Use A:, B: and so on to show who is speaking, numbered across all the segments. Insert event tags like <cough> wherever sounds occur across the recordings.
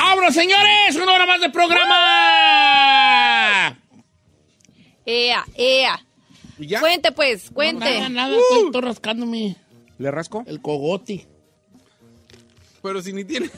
A: ¡Abro, señores! ¡Una hora más de programa!
B: Ea, ea.
A: ¿Y ya?
B: Cuente, pues,
A: No,
B: cuente.
A: nada, nada. Estoy, estoy rascándome
C: ¿Le rasco?
A: el cogote.
C: Pero si ni tiene.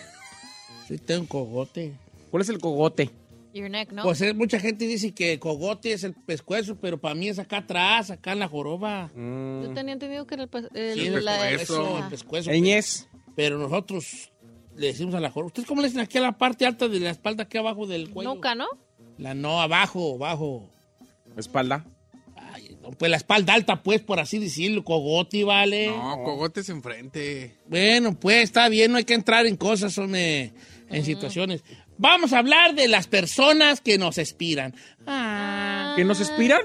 A: Sí, tengo un cogote.
C: ¿Cuál es el cogote?
B: Your neck, ¿no?
A: Pues eh, mucha gente dice que cogote es el pescuezo, pero para mí es acá atrás, acá en la joroba.
B: Yo tenía entendido que era el, pas- eh, el-
A: Sí, el
B: la-
A: pescuezo, el
B: Ajá.
A: pescuezo.
C: Eñez.
A: Pero nosotros le decimos a la joroba. ¿Ustedes cómo le dicen aquí a la parte alta de la espalda, aquí abajo del cuello?
B: Nuca, ¿no?
A: La no, abajo, abajo.
C: Espalda.
A: Ay, no, pues la espalda alta, pues, por así decirlo, cogote, ¿vale?
D: No, cogotes enfrente.
A: Bueno, pues está bien, no hay que entrar en cosas, hombre, en situaciones. Vamos a hablar de las personas que nos inspiran. Ah.
C: ¿Que nos inspiran?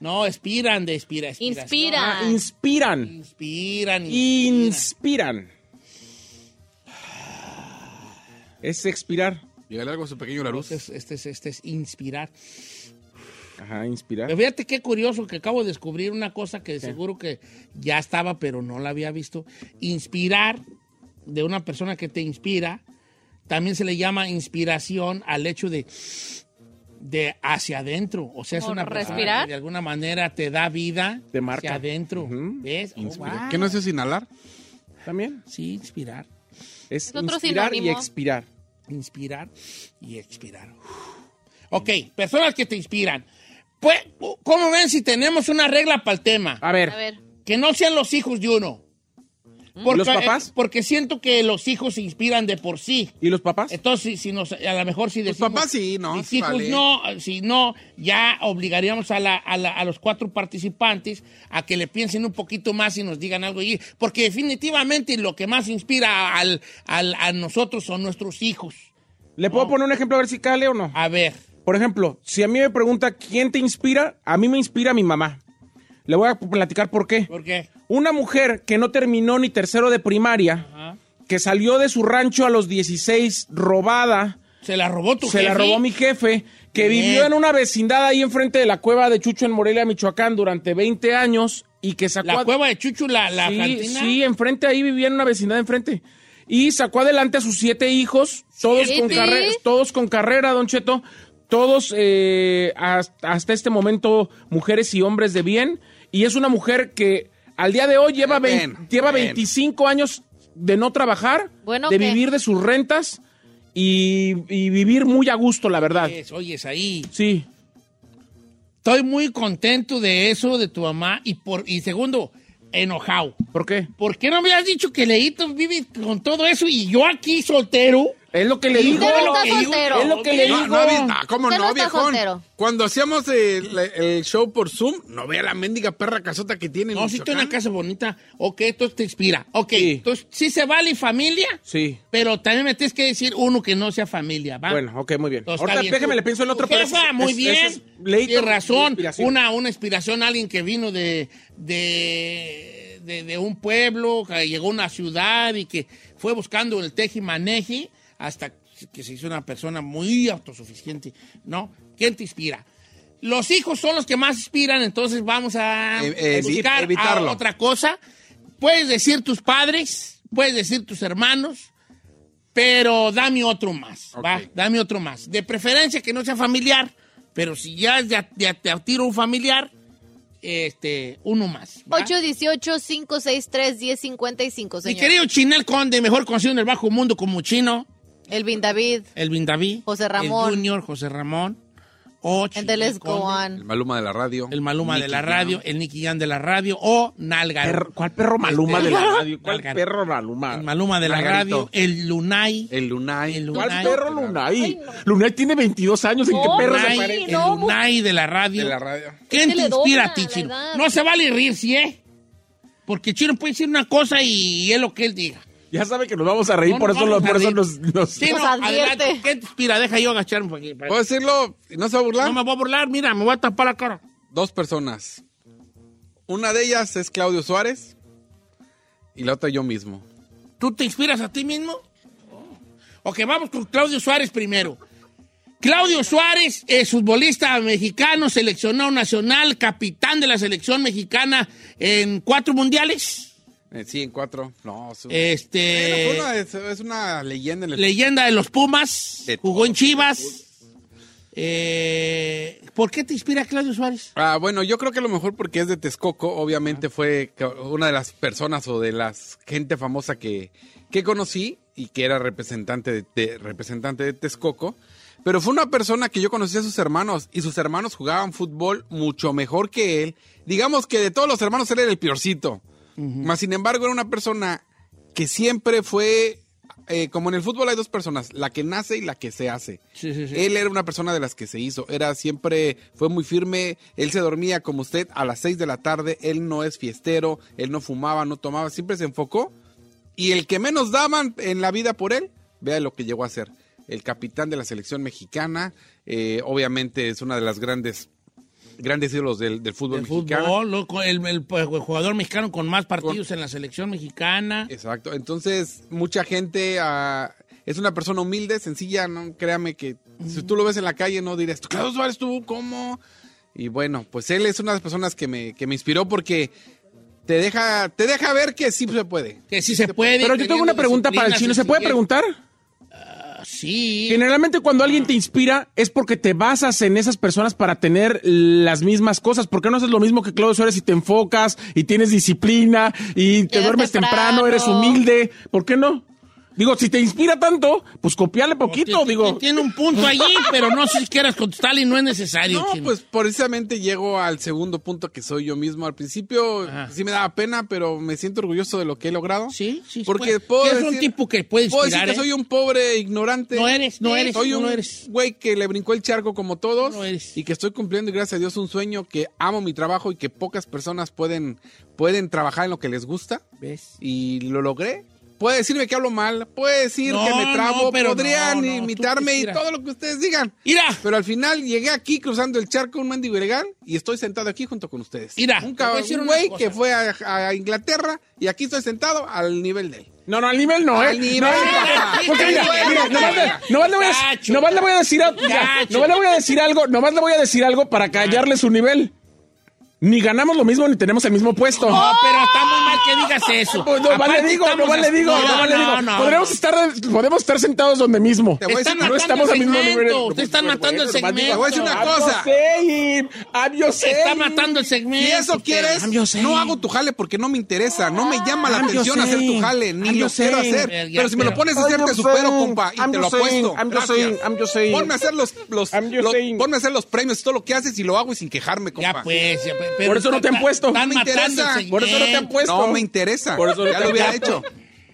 A: No, inspiran de inspira, inspiración.
B: Inspira.
C: Ah, inspiran.
A: Inspiran. inspiran.
C: Inspiran. Es expirar.
D: Llegale algo a su pequeño la luz.
A: Este es, este es- este es inspirar.
C: Ajá,
A: Pero
C: inspirar.
A: Eh, fíjate qué curioso que acabo de descubrir una cosa que seguro que ya estaba, pero no la había visto. Inspirar de una persona que te inspira, también se le llama inspiración al hecho de, de hacia adentro. O sea, es
B: Como
A: una persona
B: respirar.
A: que de alguna manera te da vida
C: Te marca.
A: hacia adentro.
C: Ujú.
A: ¿Ves? Oh, wow.
D: ¿Qué no es inhalar?
C: También.
A: Sí, inspirar.
C: Es,
B: Es otro
C: inspirar y
B: sinónimo.
C: expirar.
A: Inspirar y expirar. Uf. Ok, personas que te inspiran. Pues, ¿cómo ven si tenemos una regla para el tema?
C: A ver,
B: A ver.
A: Que no sean los hijos de uno. Porque,
C: ¿Los papás?
A: eh, porque siento que los hijos se inspiran de por sí.
C: ¿y los papás?
B: Eh,
A: Entonces, si, si nos, a lo mejor si
D: Los
A: decimos...
D: papás sí, no.
A: Mis hijos
D: vale.
A: no, si no, ya obligaríamos a, la- a la- a los cuatro participantes a que le piensen un poquito más y nos digan algo. Y, porque definitivamente lo que más inspira al, al- a nosotros son nuestros hijos.
C: ¿Le puedo poner un ejemplo a ver si cale o no?
B: Ah.
A: A ver,
C: Por ejemplo, si a mí me pregunta quién te inspira, a mí me inspira mi mamá. Le voy a platicar por qué.
A: ¿por qué?
C: Una mujer que no terminó ni tercero de primaria, que salió de su rancho a los 16 robada,
A: Se la robó tu
C: se la
A: jefe?
C: robó mi jefe, que
A: Bien.
C: vivió en una vecindad ahí enfrente de la cueva de Chucho en Morelia, Michoacán, durante 20 años y que sacó...
A: La
C: a-
A: cueva de Chuchu, la, la
C: sí,
A: cantina.
C: sí, enfrente ahí vivía en una vecindad enfrente. Y sacó adelante a sus siete hijos, todos, con,
B: ¿Siete?
C: carre- todos con carrera, don Cheto. Todos eh, hasta, hasta este momento mujeres y hombres de bien. Y es una mujer que al día de hoy lleva,
D: Bien,
C: vein- lleva
D: bien.
C: 25 años de no trabajar,
B: Bueno,
C: de
B: ¿qué?
C: vivir de sus rentas y, y vivir muy a gusto, la verdad.
A: Es, oyes ahí.
C: Sí.
A: Estoy muy contento de eso, de tu mamá. Y, por, y segundo, enojado.
C: ¿Por qué?
A: ¿Por qué no me has dicho que Leito vive con todo eso y yo aquí soltero?
C: Es lo que le digo.
B: no está
A: que digo-
B: soltero.
A: es lo que le
D: No,
A: digo.
D: no, habéis- no, ¿cómo
B: Usted
D: no,
B: no está
D: viejón?
B: soltero.
D: Cuando hacíamos el, el show por Zoom, no vea la mendiga perra casota que tiene. en
A: No, si estoy en una
D: Michoacán.
A: casa bonita. Ok, entonces te inspira. Ok,
C: Sí.
A: entonces sí se vale familia,
C: Sí.
A: pero también me tienes que decir uno que no sea familia, ¿va?
C: Bueno, ok, muy bien.
A: Entonces,
C: Ahorita
A: está bien.
C: déjeme, le pienso el
A: Tu
C: otro. pero
A: jefa,
C: ese es-
A: muy
C: ese
A: bien.
C: es pleito
A: Tienes
C: de
A: razón.
C: inspiración.
A: Una, una inspiración, alguien que vino de, de, de, de un pueblo, que llegó a una ciudad y que fue buscando el teji maneji hasta que se hizo una persona muy autosuficiente, ¿no? ¿Quién te inspira? Los hijos son los que más inspiran, entonces vamos a
D: Eh, eh, evi-
A: buscar a
D: evitarlo.
A: otra cosa. Puedes decir tus padres, puedes decir tus hermanos, pero dame otro más,
D: Ok.
A: va, dame otro más. De preferencia que no sea familiar, pero si ya, ya, ya te tiro un familiar, este, uno más. ¿va?
B: 818-563-1055,
A: Mi
B: señor.
A: querido Chinel Conde, mejor conocido en el bajo mundo como Chino,
B: Elvin David,
A: el Bindaví,
B: José
A: el
B: Ramón.
A: Junior, José Ramón, o Chinel
B: Endeles
A: Conde,
D: El
B: Goan.
D: Maluma de la radio.
A: el Maluma de
D: Nicky
A: la
D: Jam.
A: radio, el Nicky Jam de la radio, o Nalga.
C: Perro- ¿Cuál
A: Este,
C: perro Maluma de la radio? ¿Cuál
A: Nalgar-
C: perro Maluma?
A: El Maluma de la
C: Nalgarito.
A: radio, el Lunay,
D: El Lunay.
A: El
C: ¿Cuál
A: Lunay.
C: perro Lunay? Lunay tiene 22 años. ¿En qué
B: No,
C: perro se
A: Lunay,
C: parece?
A: el
B: no, mu-
A: Lunay de la radio.
D: de la radio.
A: ¿Quién
B: Es que
A: te
B: le dobla
A: inspira a
B: la
A: ti, Chino?
B: edad.
A: No se vale reírse, ¿eh? Porque Chino puede decir una cosa y es lo que él diga.
C: Ya sabe que nos vamos a reír,
A: No
C: por,
A: nos
C: eso, lo-
A: vamos a
C: por eso
A: reír.
C: nos... nos-
A: Chino,
B: Nos advierte.
A: adelante. ¿Qué te inspira? Deja yo agacharme. pa' aquí, pa'
D: ¿Puedo decirlo? y ¿No se va a burlar?
A: No me voy a burlar, mira, me voy a tapar la cara.
D: Dos personas. Una de ellas es Claudio Suárez y la otra yo mismo.
A: ¿Tú te inspiras a ti mismo? Oh. Ok, vamos con Claudio Suárez primero. Claudio Suárez es futbolista mexicano, seleccionado nacional, capitán de la selección mexicana en cuatro mundiales.
D: Eh, sí, en cuatro. No, su- Bueno, fue
A: Este,
D: una- es, es una leyenda en el
A: Eh, leyenda de los Pumas,
D: De
A: jugó en
D: todos.
A: Chivas. Eh, ¿Por qué te inspira Claudio Suárez?
D: Ah, bueno, yo creo que a lo mejor porque es de Texcoco, obviamente fue ca- una de las personas o de las gente famosa que, que conocí y que era representante de, de- representante de Texcoco. Pero fue una persona que yo conocí a sus hermanos y sus hermanos jugaban fútbol mucho mejor que él. Digamos que de todos los hermanos él era el peorcito. Mas sin embargo era una persona que siempre fue, eh, como en el fútbol hay dos personas, la que nace y la que se hace.
A: Sí, sí, sí.
D: Él era una persona de las que se hizo, era siempre, fue muy firme, él se dormía como usted a las 6 de la tarde, él no es fiestero, él no fumaba, no tomaba, siempre se enfocó. Y el que menos daban en la vida por él, vea lo que llegó a ser. El capitán de la selección mexicana, eh, obviamente es una de las grandes, grandes ídolos del, del fútbol
A: El
D: mexicano.
A: fútbol, loco, el, el jugador mexicano con más partidos en la selección mexicana.
D: Exacto. Entonces, mucha gente ah, es una persona humilde, sencilla, no créame que si tú lo ves en la calle no dirás, "Tú, Claudio Suárez, tú, ¿cómo? Y bueno, pues él es una de las personas que me, que me inspiró porque te deja, te deja ver que sí se puede.
A: Que sí se puede.
C: Pero yo tengo una pregunta para el chino. ¿Se puede preguntar?
A: Sí.
C: Generalmente cuando alguien te inspira es porque te basas en esas personas para tener las mismas cosas. ¿Por qué no haces lo mismo que Claudio Suárez y te enfocas y tienes disciplina y te
B: Llegas
C: duermes temprano,
B: temprano.
C: eres humilde? ¿Por qué no? Digo, si te inspira tanto, pues copiarle poquito,
A: Tiene-
C: digo.
A: Tiene un punto allí,
C: <laughs>
A: pero no sé si quieras contestarle y no es necesario.
D: No,
A: chino.
D: pues precisamente llego al segundo punto que soy yo mismo. Al principio
A: Ajá.
D: sí me daba pena, pero me siento orgulloso de lo que he logrado.
A: Sí, sí. se puede.
D: Porque puedo
A: Sí, es un
D: decir-
A: tipo que puede
D: Puedo
A: inspirar.
D: decir que
A: ¿eh?
D: soy un pobre ignorante.
A: No eres, no eres,
D: Soy
A: no
D: un
A: eres.
D: güey que le brincó el charco como todos
A: No eres.
D: y que estoy cumpliendo, y gracias a Dios, un sueño que amo mi trabajo y que pocas personas pueden, pueden trabajar en lo que les gusta.
A: ¿Ves?
D: Y lo logré. Puede decirme que hablo mal, puede decir
A: No,
D: que me trabo,
A: no, pero
D: podrían
A: no, no, tú
D: imitarme y
A: quisieras.
D: todo lo que ustedes digan.
A: Mira,
D: Pero al final llegué aquí cruzando el charco un mendigo ilegal y estoy sentado aquí junto con ustedes.
A: Mira,
D: un
A: te voy a
D: cab-
A: decir
D: un
A: una
D: güey
A: cosa.
D: que fue a, a Inglaterra y aquí estoy sentado al nivel de él.
C: No, no, al nivel no, ¿eh?
D: Al nivel.
C: No, no,
D: <laughs>
C: no. Porque mira, mira, nomás le- nomás le voy a-
A: Cacho.
C: nomás le voy a decir algo. ya,
A: Cacho.
C: Nomás le voy a decir algo, nomás le voy a decir algo para callarle su nivel. Ni ganamos lo mismo ni tenemos el mismo puesto.
D: Oh,
A: no, pero está muy mal que
C: <laughs>
A: digas eso.
C: Pues no
A: Aparte,
C: vale digo, no
A: estamos
C: vale
A: as-
C: digo, no vale digo. Podríamos estar podemos estar sentados donde mismo.
D: voy a decir
A: Están
D: una-
C: No
A: matando
C: estamos
A: el
C: al mismo nivel.
A: segmento. Ustedes están matando el
C: hermano, Ah,
A: segmento.
D: te voy a decir una cosa.
A: Se está matando el segmento.
D: Si eso
A: usted.
D: quieres,
C: I'm just saying.
D: no hago tu jale porque no me interesa, no me llama la
C: I'm just
D: atención hacer tu
C: saying.
D: jale, ni
C: I'm
D: lo
C: just
D: quiero
C: saying.
D: hacer.
A: Eh, ya,
D: Pero si me lo
A: pero-
D: pones a hacer, te supero, compa, y te lo apuesto.
C: I'm just
D: Gracias.
C: saying, I'm just saying.
D: Ponme a hacer los, los,
C: I'm just
D: los-
C: saying.
D: ponme a hacer los premios, todo lo que haces y lo hago y sin quejarme, compa.
A: Ya pues, ya, pues, pero
C: Por eso no te han
A: está-
C: puesto.
A: Están
D: No me
A: matando el
D: interesa.
A: segmento.
C: Por eso no te han puesto.
D: No me interesa.
C: Por eso no
D: ya
C: te-
D: lo hubiera
C: ya,
D: hecho.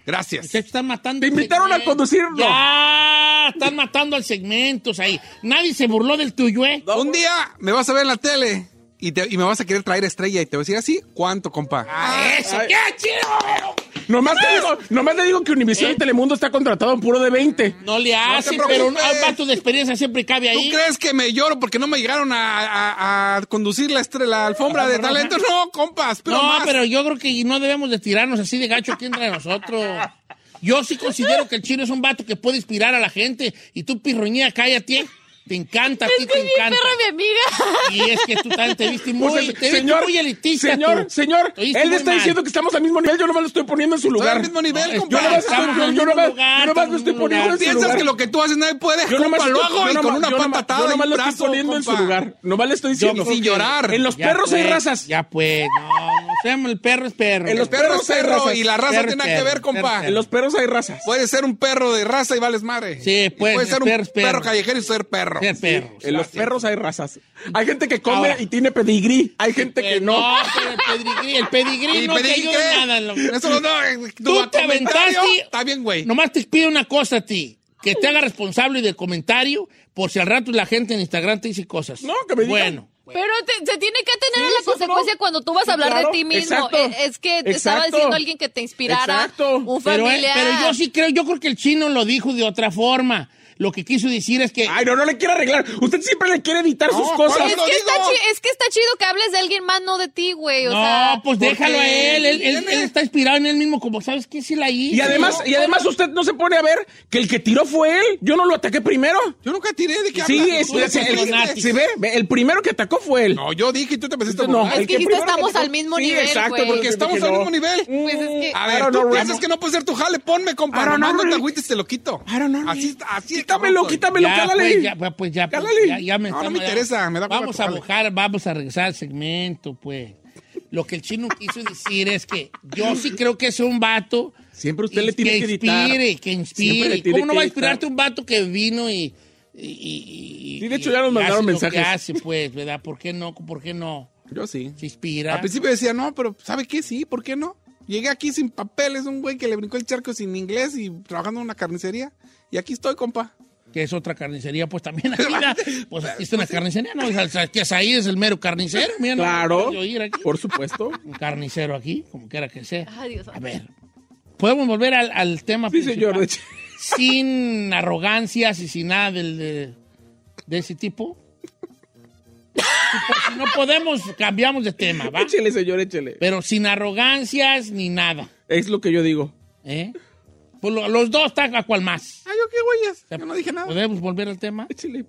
D: Gracias.
A: Ustedes están matando.
C: Te
A: el
C: invitaron a
A: segmento.
C: conducirlo.
A: Ya, están matando al segmento o sea, ahí. Nadie se burló del tuyo, ¿eh?
D: Un
C: pues".
D: día me vas a ver en la tele y, te- y me vas a querer traer estrella y te voy a decir así, ¿cuánto, compa?
A: Ah, eso,
C: Ay.
A: qué chido.
C: Nomás te digo, nomás le digo que Univision
D: Eh.
C: y Telemundo está contratado un puro de 20.
A: No le hace,
D: preocupes.
A: pero un vato de experiencia siempre cabe
D: ¿Tú
A: ahí.
D: crees que me lloro porque no me llegaron a, a- a conducir la, estre- la alfombra de talento? No, compas, pero
A: no,
D: más.
A: pero yo creo que no debemos de tirarnos así de gacho aquí entre nosotros. Yo sí considero que el chino es un vato que puede inspirar a la gente. Y tú, pirruñía, cállate. Te encanta, a ti
B: Es que
A: te
B: es bien
A: encanta.
B: perra mi amiga.
A: Y es que tú también te viste muy,
C: Pues,
A: te viste muy elitista.
C: señor,
A: tú.
C: señor,
A: Te viste
C: él le
A: muy
C: está
A: mal.
C: diciendo que estamos al mismo nivel, yo nomás lo estoy poniendo en su
D: Estoy
C: lugar.
D: al mismo nivel,
A: No, es-
C: Yo
D: compa.
C: nomás, estoy-
A: Estamos
C: yo,
A: al
C: yo
A: mismo
C: nomás,
A: lugar,
C: yo nomás
A: estamos
C: lo estoy
A: en un
C: poniendo en
A: lugar.
C: su
D: Piensas
C: lugar.
D: que lo que tú haces nadie puede.
C: Yo
D: compa,
C: nomás
D: lo
C: estoy-
D: hago
C: yo
D: y con
C: nomás-
D: una
C: yo nomás-
D: pata atada
C: Yo
D: y
C: nomás
D: un
C: lo estoy
D: brazo,
C: poniendo en su
D: compa.
C: lugar. Nomás le estoy diciendo.
D: sin llorar.
C: En los
A: Ya
C: perros hay
A: pues,
C: razas.
A: Ya pues, no, no sé, el perro es perro.
C: En los
D: Perro es
C: Perros hay
D: perro
C: razas.
D: y la raza
A: Perro
D: tiene
A: es
D: que ver,
A: perro,
D: compa.
A: perro
C: En los perros hay razas.
D: Puede ser un perro de raza y vales madre.
A: Sí,
D: Y
A: puede
D: Puede
A: ser
D: ser un
A: perro es perro.
D: perro callejero y ser perro.
A: ser perro.
C: En los perros hay razas. Hay gente que come
A: Ahora.
C: y tiene pedigrí. Hay gente
A: Eh,
C: que no.
A: pero el pedigrí, el
C: <laughs>
A: pedigrí
D: Y
A: no te
D: pedí
A: ayuda
D: que-
A: en nada. lo-
D: Eso no, eh, tu
A: Tú te
D: comentario
A: aventaste.
D: Está bien, güey.
A: Nomás te pido una cosa a ti. Que te haga responsable del comentario por si al rato la gente en Instagram te dice cosas.
C: No, que me digan.
A: Bueno.
B: Pero te- se tiene que tener
C: Sí,
B: la
C: sí,
B: consecuencia
C: no.
B: cuando tú vas
C: Sí,
B: a hablar
C: claro.
B: de ti mismo.
C: Exacto.
B: Eh, Es que te estaba
C: Exacto.
B: diciendo alguien que te inspirara,
C: Exacto.
B: un
A: Pero, eh,
B: familiar.
A: pero yo sí creo, yo creo que el chino lo dijo de otra forma. Lo que quiso decir es que
C: Ay, no, no le quiere arreglar. Usted siempre le quiere editar sus
D: No,
C: cosas.
D: ¿cuál
B: Es
D: Lo
B: que, está
D: digo.
B: chi- es que está chido que hables de alguien más, no de ti, güey. O
A: No,
B: sea,
A: pues déjalo a él. Él, él-
D: tiene-
A: él está inspirado en él mismo, como sabes que sí la hice.
C: Y además, y además usted no se pone a ver que el que tiró fue él. Yo no lo ataqué primero.
D: Yo nunca tiré de que
C: Sí, es,
A: tú eres
C: es- el-
A: personaje.
C: se ve, ve, el primero que atacó fue él.
D: No, yo dije y tú te pensaste
C: No,
B: Es
C: el
B: que dijiste,
C: primero
B: estamos
C: atacó-
B: al mismo
C: Pues, Sí,
B: nivel,
C: exacto,
B: güey.
C: porque
D: Que estamos al mismo nivel.
B: Pues es que.
A: mm.
D: A
C: I
D: ver,
C: don't
D: tú
C: know,
D: piensas
C: Rambo.
D: que no puede ser tu jale, ponme,
C: I
D: compa.
C: don't
D: Nomás
C: know,
D: no te
C: Rambo.
D: agüites, te lo quito.
C: I don't know,
D: Así, así el cabrón
C: Quítamelo,
D: soy.
C: quítamelo,
A: ya,
C: cálale.
A: pues, ya, pues, pues, ya, pues,
C: Cálale.
A: ya, ya me
D: No,
A: está-
D: no me interesa, me da hueva
A: Vamos a
D: tocarle.
A: bajar, vamos a regresar al segmento, pues. Lo que el chino quiso decir es que yo sí creo que es un vato.
C: Siempre usted le tiene que editar.
A: inspire, que
C: Siempre le
A: inspire.
C: tiene
A: ¿Cómo no
C: que
A: va a
C: editar.
A: inspirarte un vato que vino y. y- y- y-
C: Sí, de hecho,
A: y-
C: ya nos
A: y
C: mandaron
A: hace lo
C: mensajes.
A: que hace, pues, ¿verdad? ¿Por qué no? ¿Por qué no?
D: Yo sí.
A: Se inspira.
D: Al principio decía, no, pero ¿sabe qué? Sí, ¿por qué no? Llegué aquí sin papeles, un güey que le brincó el charco sin inglés y trabajando en una carnicería. Y aquí estoy, compa.
A: que es otra carnicería, pues también aquí, mira,
C: <laughs>
A: pues aquí está una carnicería, no, O sea, que es ahí es el mero carnicero, mira, no me
C: Claro,
A: puedo oír aquí.
C: por supuesto.
A: un carnicero aquí, como quiera que sea.
B: Ay, Dios.
A: A ver, podemos volver al, al tema
C: Sí, señor. de
A: principal?
C: hecho.
A: sin arrogancias y sin nada del- de, de ese tipo. Si no podemos, cambiamos de tema, ¿va?
C: Échele, señor, échele.
A: Pero sin arrogancias ni nada,
C: Es lo que yo digo.
A: ¿eh? Pues lo- los dos, ¿a cual más?
D: Ah, yo qué güeyes.
A: O sea,
D: Yo no dije
C: Pues,
D: nada.
A: ¿Podemos volver al tema?
C: Échele.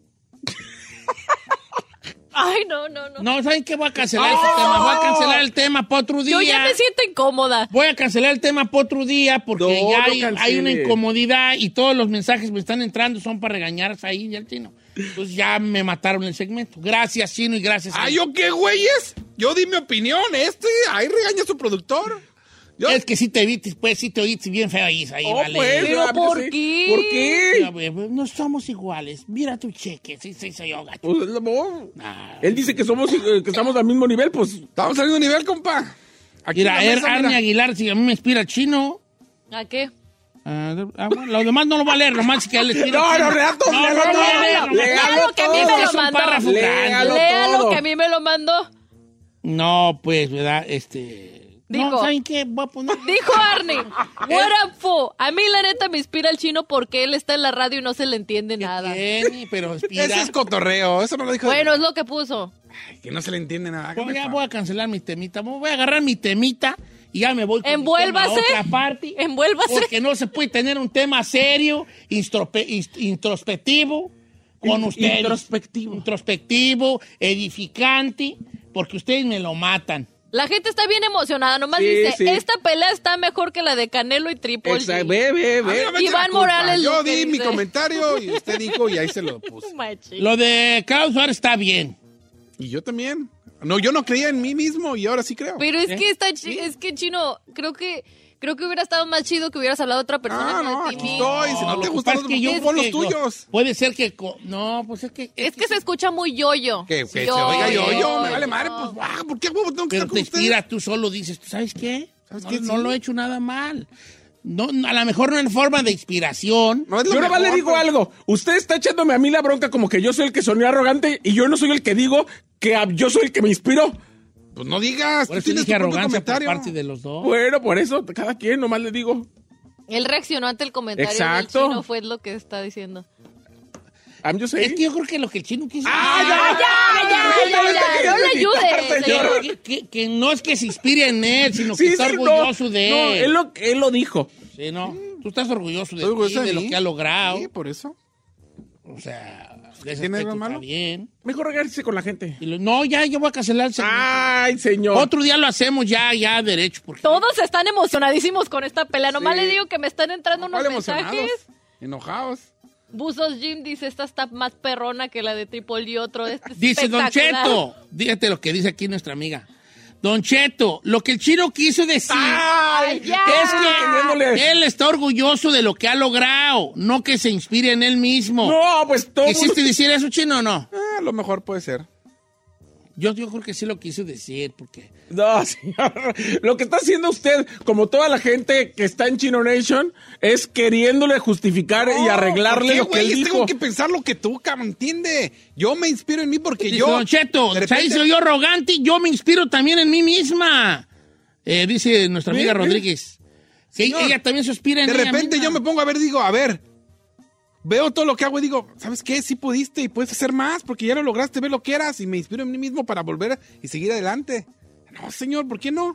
B: Ay, no, no, no.
A: No, ¿saben qué? Voy a cancelar
C: ¡Oh!
A: ese tema. Voy a cancelar el tema para otro día.
B: Yo ya me siento incómoda.
A: Voy a cancelar el tema para otro día porque
C: No,
A: ya
C: no
A: hay,
C: cancele.
A: hay una incomodidad y todos los mensajes que me están entrando son para regañar ahí y al chino. Entonces ya me mataron el segmento. Gracias, chino, y gracias.
D: Ah, yo qué güeyes. Yo di mi opinión, este. Ahí regaña a su productor. Yo,
A: Es que sí te viste, pues sí te oíste bien feo ahí. ahí
C: Oh,
A: vale.
C: pues,
B: Pero
C: ah, pues,
B: ¿por
C: sí.
B: qué?
C: ¿Por qué?
A: Ya, güey, No somos iguales. Mira tu cheque. Sí, sí, soy yo, gacho.
C: Pues, es lo mismo.
A: Ah.
C: Él dice que somos eh, que estamos al mismo nivel, pues
D: Estamos al mismo nivel, compa. Aquí en
A: Mira,
D: la
A: Er-
D: mesa,
A: Arne
D: mira.
A: Aguilar, si a mí me inspira el chino.
B: ¿A qué?
A: Ah, ah, bueno, lo demás no lo va a leer, nomás que él le tira-
C: No, no, Renato,
A: no,
C: léalo
A: no,
C: todo.
A: no, no, no, no.
C: Léalo
B: Léalo que a mí me
C: todo.
B: lo
C: Es un
B: mandó.
A: párrafo grande.
C: Léalo
B: Léalo
C: todo.
B: que a mí me lo mandó.
A: No, pues, ¿verdad? Este. No,
B: Digo.
A: ¿saben qué? Voy a poner.
B: Dijo Arnie, what up, fo? A mí la neta me inspira el chino porque él está en la radio y no se le entiende nada.
A: Jenny, pero inspira.
D: Ese es cotorreo. Eso no lo dijo.
B: Bueno, es lo que puso.
D: Ay, que no se le entiende nada.
A: Voy-
D: hágame
A: ya
D: favor.
A: voy a cancelar mi temita. Voy a agarrar mi temita y ya me voy con mi
B: Envuélvase.
A: tema a otra parte.
B: Envuélvase.
A: Porque no se puede tener un tema serio, instrope- inst- introspectivo con
C: In-
A: ustedes.
C: introspectivo.
A: Introspectivo, edificante, porque ustedes me lo matan.
B: La gente está bien emocionada, nomás
C: Sí,
B: dice,
C: sí.
B: esta pelea está mejor que la de Canelo y Triple G".
C: Exacto. Ve, ve,
D: A mí
C: ve.
D: no me eche la
B: Iván
D: culpa.
B: Morales
D: Yo
B: lo que
D: di mi
B: dice.
D: comentario y usted dijo y ahí
B: <laughs>
D: se lo
B: Oh,
D: puse.
B: my chick.
A: Lo de Carlos Suárez está bien.
D: Y yo también. No, yo no creía en mí mismo y ahora sí creo.
B: Pero es que está chi- es que chino, creo que creo que hubiera estado más chido que hubieras hablado a otra persona
D: Ah,
B: que de
D: no,
B: ti
D: aquí
B: mismo.
D: estoy. Si no
A: Lo
D: te
A: que
D: gustan
A: pasa
D: los
A: es que yo
D: tuyos, pon los
A: creo que-
D: tuyos.
A: Puede ser que. co- No, pues es que.
B: Es que se escucha muy yoyo.
D: Que que se
B: Yo-yo,
D: oiga yo, yo, me
B: yo-yo.
D: vale madre. Pues, ah, ¿por qué huevo tengo
A: Pero te
D: que estar con ustedes?
A: inspiras, tú solo dices, ¿tú sabes qué?
D: ¿Sabes
A: no,
D: qué?
A: no
D: Sí.
A: lo he hecho nada mal. No, no, a lo mejor no en forma de inspiración.
D: No es
C: Yo
D: lo
C: nomás
D: mejor,
C: le digo
B: pues?
D: pero-
C: algo. Usted está echándome a mí la bronca como que yo soy el que soné arrogante y yo no soy el que digo que a- yo soy el que me inspiro.
D: Pues no digas.
A: Por
D: Tú
A: eso
D: tienes tu
A: dije
D: propio
A: arrogancia por
D: comentario. Pues,
A: parte de los dos.
C: Bueno, por eso, cada quien nomás le digo.
B: Él reaccionó ante el comentario
C: Exacto.
B: del chino, fue lo que está diciendo.
C: I'm just
A: es
C: saying. Ah,
A: que yo creo que lo que el chino quiso...
D: Ah,
B: ya, Ah, ya, ya, ya, ya, ya. No le
C: ayudes,
B: ayude, señor.
A: Pero que, que- que no es que se inspire en él, sino que está
C: no,
A: orgulloso de
C: no,
A: él.
C: él lo, él lo dijo.
A: Sí, no. Tú estás orgulloso de
D: Estoy
A: ti,
D: orgulloso
A: de lo
D: mí.
A: que ha logrado.
D: pues. Sí, por eso.
A: O sea,
D: ¿Tiene algo malo?
A: Bien.
C: Mejor regálese con la gente.
A: Y lo- no, ya, yo voy a cancelar el segmento.
C: Ay, señor.
A: Otro día lo hacemos ya, ya derecho. Porque
B: Todos están emocionadísimos con esta pelea. Nomás
D: Sí.
B: le digo que me están entrando unos
D: ¿Cuál emocionados?
B: mensajes.
D: Enojados.
B: Buzos Jim dice, esta está más perrona que la de Tripoli otro. Este es
A: Dice Don
B: espectacular".
A: Cheto, dígate lo que dice aquí nuestra amiga. Don Cheto, lo que el chino quiso decir
B: Ay, ya.
A: es que
C: Entendiéndole.
A: él está orgulloso de lo que ha logrado, no que se inspire en él mismo.
C: No, pues todo.
A: ¿Quisiste decir eso, chino o no?
D: Ah, a lo mejor puede ser.
A: Yo, yo creo que sí lo quiso decir, porque...
C: No, <laughs> señor. Lo que está haciendo usted, como toda la gente que está en Chino Nation, es queriéndole justificar y arreglarle
D: ¿por qué,
C: lo que él
D: güey?
C: dijo.
D: Tengo que pensar lo que tú, cabrón, entiende. Yo me inspiro en mí porque
A: Dice
D: yo.
A: Don Cheto, se
D: de repente-
A: hizo yo arrogante, yo me inspiro también en mí misma. Eh, dice nuestra amiga
C: Mira, mira.
A: Rodríguez. Que
D: Señor,
A: ella también se inspira en
D: De
A: ella
D: repente
A: misma.
D: yo me pongo a ver, digo, a ver, veo todo lo que hago y digo, ¿sabes qué? Sí pudiste y puedes hacer más porque ya lo lograste, ve lo que eras y me inspiro en mí mismo para volver y seguir adelante. No, señor, ¿por qué no?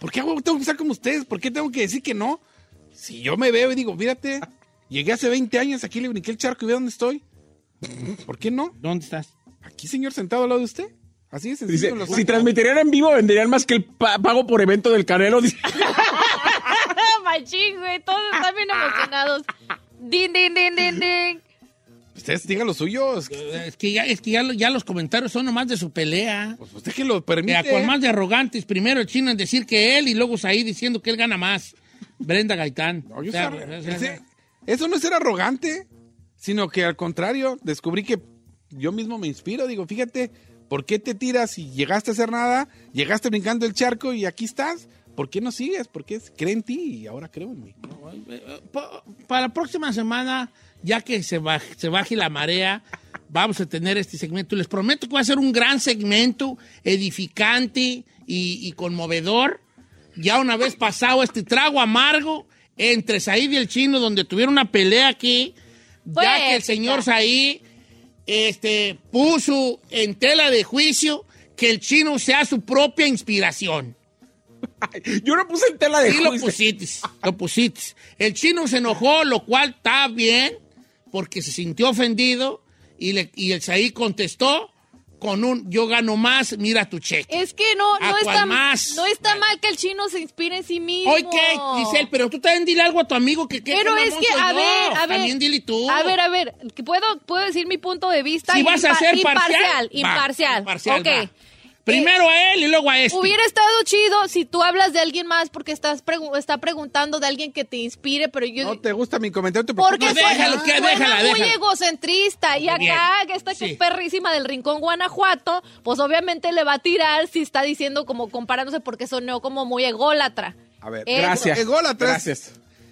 D: ¿Por qué hago- tengo que estar como ustedes? ¿Por qué tengo que decir que no? Si yo me veo y digo, fíjate, llegué hace 20 años, aquí le brinqué el charco y ve dónde estoy. ¿Por qué no?
A: ¿Dónde estás?
D: Aquí, señor, sentado al lado de usted. Así es.
C: Dice, si transmitirían en vivo, venderían más que el pa- pago por evento del Canelo. <laughs> Dice,
B: Ah, <laughs> Machín, güey. Todos están bien emocionados. Din, din, din, din, din.
D: Ustedes digan lo suyo. es que-
A: Es que, ya, es que ya, lo- ya los comentarios son nomás de su pelea.
D: Pues usted que lo
A: Eh,
D: permite.
A: a cual más de arrogantes, primero el chino en decir que él y luego ahí diciendo que él gana más. Brenda Gaitán.
D: No, yo
A: O sea,
D: ser-
A: o sea,
D: ese- eso no es ser arrogante, sino que al contrario, descubrí que yo mismo me inspiro. Digo, fíjate, ¿por qué te tiras y llegaste a hacer nada? Llegaste brincando el charco y aquí estás. ¿Por qué no sigues? Porque cree en ti y ahora creo en mí.
A: eh, pa- Para la próxima semana, ya que se baje, se baje la marea, vamos a tener este segmento. Les prometo que va a ser un gran segmento, edificante y, y conmovedor. Ya una vez pasado este trago amargo entre Said y el chino, donde tuvieron una pelea aquí,
B: Fue
A: ya que el
B: épica.
A: señor Said este, puso en tela de juicio que el chino sea su propia inspiración.
C: Yo no puse en tela de
A: Sí, lo
C: juicio.
A: pusiste, lo pusiste. El chino se enojó, lo cual está bien, porque se sintió ofendido y, le- y el Saí contestó con un yo gano más, mira tu cheque.
B: Es que no,
A: ¿A
B: no
A: cuál
B: está,
A: más?
B: no está mal que el chino se inspire en sí mismo.
A: Hoy qué, Giselle, pero tú también dile algo a tu amigo que que
B: Pero
A: qué
B: es
A: mamón
B: que,
A: soy
B: a
A: yo.
B: ver, a ver.
A: También dile tú.
B: A ver, a ver, que ¿puedo, puedo decir mi punto de vista?
A: si vas a
B: Impa-
A: ser
B: Imparcial,
A: parcial. va,
B: imparcial.
A: imparcial,
B: Ok. Eh,
A: va. Primero a él y luego a este.
B: Hubiera estado chido si tú hablas de alguien más porque estás pregu- está preguntando de alguien que te inspire, pero yo...
D: No te gusta mi comentario, te
B: porque
A: No,
B: suena,
A: déjalo, que-
B: suena
A: déjala,
B: muy
A: déjala.
B: egocentrista. Y acá,
A: Bien,
B: que está que
A: sí.
B: es perrísima del rincón Guanajuato, pues obviamente le va a tirar si está diciendo como comparándose porque sonó como muy ególatra.
D: A ver,
B: Eh,
C: Gracias.
D: Ególatras.
C: Gracias.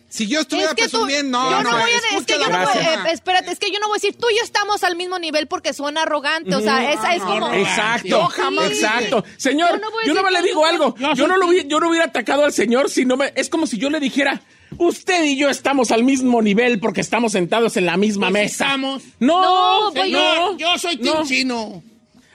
D: Si yo estuviera
B: es que tú-
D: presumiendo, no,
B: yo
D: no,
B: no voy a,
D: escucha
B: es que
D: la
B: yo no voy-
D: persona.
B: eh, espérate, es que yo no voy a decir tú y yo estamos al mismo nivel porque suena arrogante, o sea, esa es como
C: Exacto, exacto. Señor,
B: Yo no voy a
C: yo no me
B: decir
C: le digo
B: que-
C: algo.
A: No,
C: Yo
A: sí.
C: no lo hubiera, yo no hubiera atacado al señor si no me. Es como si yo le dijera, usted y yo estamos al mismo nivel porque estamos sentados en la misma
A: Pues
C: mesa.
A: estamos.
C: No,
B: No, pues
A: Señor,
C: no.
A: yo soy team
C: No.
A: chino.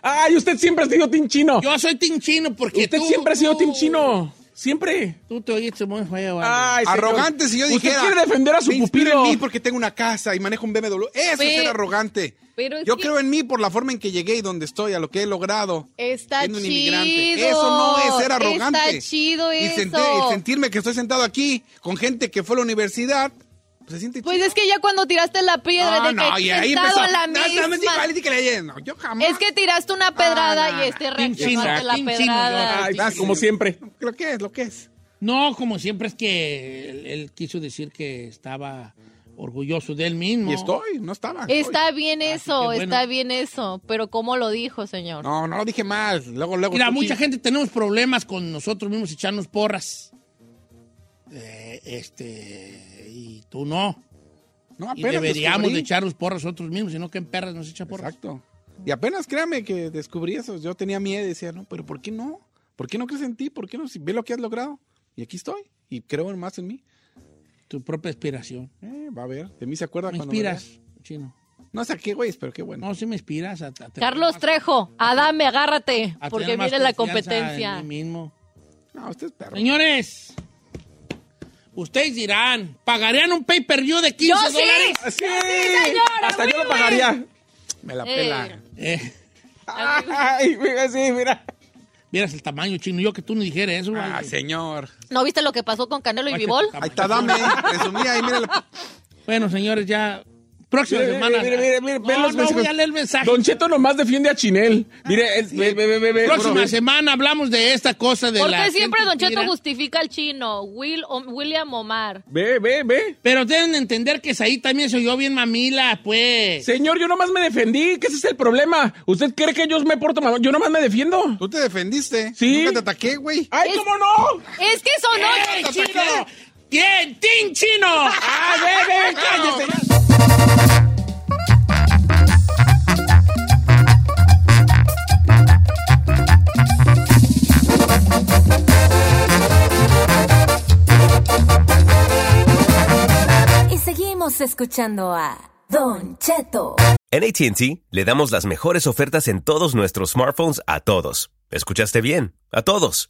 C: Ay, usted siempre ha sido team chino.
A: Yo soy team chino porque
C: usted
A: tú-
C: siempre ha sido
A: tú-
C: team chino. Ah, Siempre.
A: Tú te oíste muy feo. Ale.
C: Ay, señor.
D: arrogante si yo
C: Usted
D: dijera.
C: quiere defender a su
D: "Me inspiro
C: pupilo.
D: en mí porque tengo una casa y manejo un BMW. Eso es
B: Pero-
D: ser arrogante.
B: pero es
D: yo
B: que-
D: creo en mí por la forma en que llegué y donde estoy, a lo que he logrado.
B: Está
D: siendo un
B: chido.
D: inmigrante. Eso no es ser arrogante.
B: Está chido
D: Y, senté-
B: eso.
D: y sentirme que estoy sentado aquí con gente que fue a la universidad, pues se siente
B: Pues es que ya cuando tiraste la piedra
D: No,
B: de
D: no,
B: que
D: y ahí
B: sentado
D: empezó.
B: a la
D: No, no, me
B: misma.
D: diga, le diga, le diga, no, yo jamás.
B: es que tiraste una pedrada
D: Ah, no,
B: y
D: no.
B: este
A: Team chino,
B: reaccionaste la
A: team chino,
B: pedrada.
C: Ay,
D: Gracias.
C: como siempre.
D: Lo que es, lo que es.
A: No, como siempre es que él, él quiso decir que estaba orgulloso de él mismo.
D: Y estoy, no estaba. estoy.
B: Está bien eso,
A: que bueno.
B: está bien eso, pero ¿cómo lo dijo, señor?
D: No, no lo dije mal. Luego, luego.
A: Mira,
D: tú
A: mucha
D: sí.
A: gente tenemos problemas con nosotros mismos echarnos porras. Eh, este, y tú no.
D: No,
A: Y
D: apenas
A: deberíamos
D: descubrí.
A: de echarnos porras nosotros mismos, sino que en perras nos echa porras.
D: Exacto. Y apenas créame que descubrí eso. Yo tenía miedo y decía, no, pero ¿por qué no? ¿Por qué no crees en ti? ¿Por qué no? Si ve lo que has logrado. Y aquí estoy. Y creo más en mí.
A: Tu propia inspiración.
D: Eh, va a ver. De mí se acuerda
A: Me
D: cuando.
A: inspiras, chino.
D: vea. No sé a qué, güey, pero qué bueno.
A: No, sí me inspiras. A, a tener
B: Carlos
A: más-
B: Trejo, Adame, agárrate,
A: a tener
B: porque
A: más
B: viene la
A: confianza en
B: competencia.
A: mí mismo.
D: No, usted es perro.
A: Señores, ustedes dirán, ¿pagarían un pay-per-view de 15
B: Yo sí,
A: dólares?
C: Sí,
B: señor, a
C: Hasta yo lo
B: huevo.
C: pagaría.
D: Me la pela.
B: Eh.
A: Eh,
C: Ay, mira, sí, mira.
A: vieras el tamaño, chino. Yo que tú no dijeras eso.
D: Ah,
A: vale.
D: señor.
B: ¿No viste lo que pasó con Canelo y
A: Ay,
B: Bibol?
A: qué
D: Ahí
B: <laughs>
D: está, dame. Resumí ahí, mira. la-
A: Bueno, señores, ya. Próxima
C: Mire,
A: semana.
C: mire, mire, mire, ve
A: no,
C: los
A: no voy
C: mensajes.
A: a leer el mensaje. Ah,
C: Don Cheto nomás defiende a Chinel. Mire, es- ve, ve, ve, ve, ve.
A: Próxima
C: Bro,
A: semana hablamos de esta cosa de
B: Porque
A: la.
B: siempre
A: gente
B: Don Cheto
A: tira.
B: justifica al chino? Will, o- William Omar.
C: Ve, ve, ve.
A: Pero deben de entender que ahí también se oyó bien mamila, pues.
C: Señor, yo nomás me defendí. ¿Qué ese es el problema? ¿Usted cree que yo me porto mal? Yo nomás me defiendo.
D: Tú te defendiste.
C: Sí.
D: Nunca te ataqué, güey.
C: ¡Ay, cómo no!
B: Es que sonó.
A: ¡Eh, chino! ¡Bien, Team
C: <laughs>
A: Chino! ¡Ah, ve, ve, ve, cállese!
E: Y seguimos escuchando a Don Cheto.
F: En ATT le damos las mejores ofertas en todos nuestros smartphones a todos. ¿Escuchaste bien? A todos.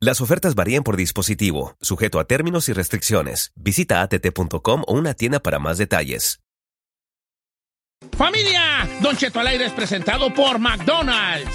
F: Las ofertas varían por dispositivo, sujeto a términos y restricciones. Visita att.com o una tienda para más detalles.
A: ¡Familia! Don Cheto al aire es presentado por McDonald's.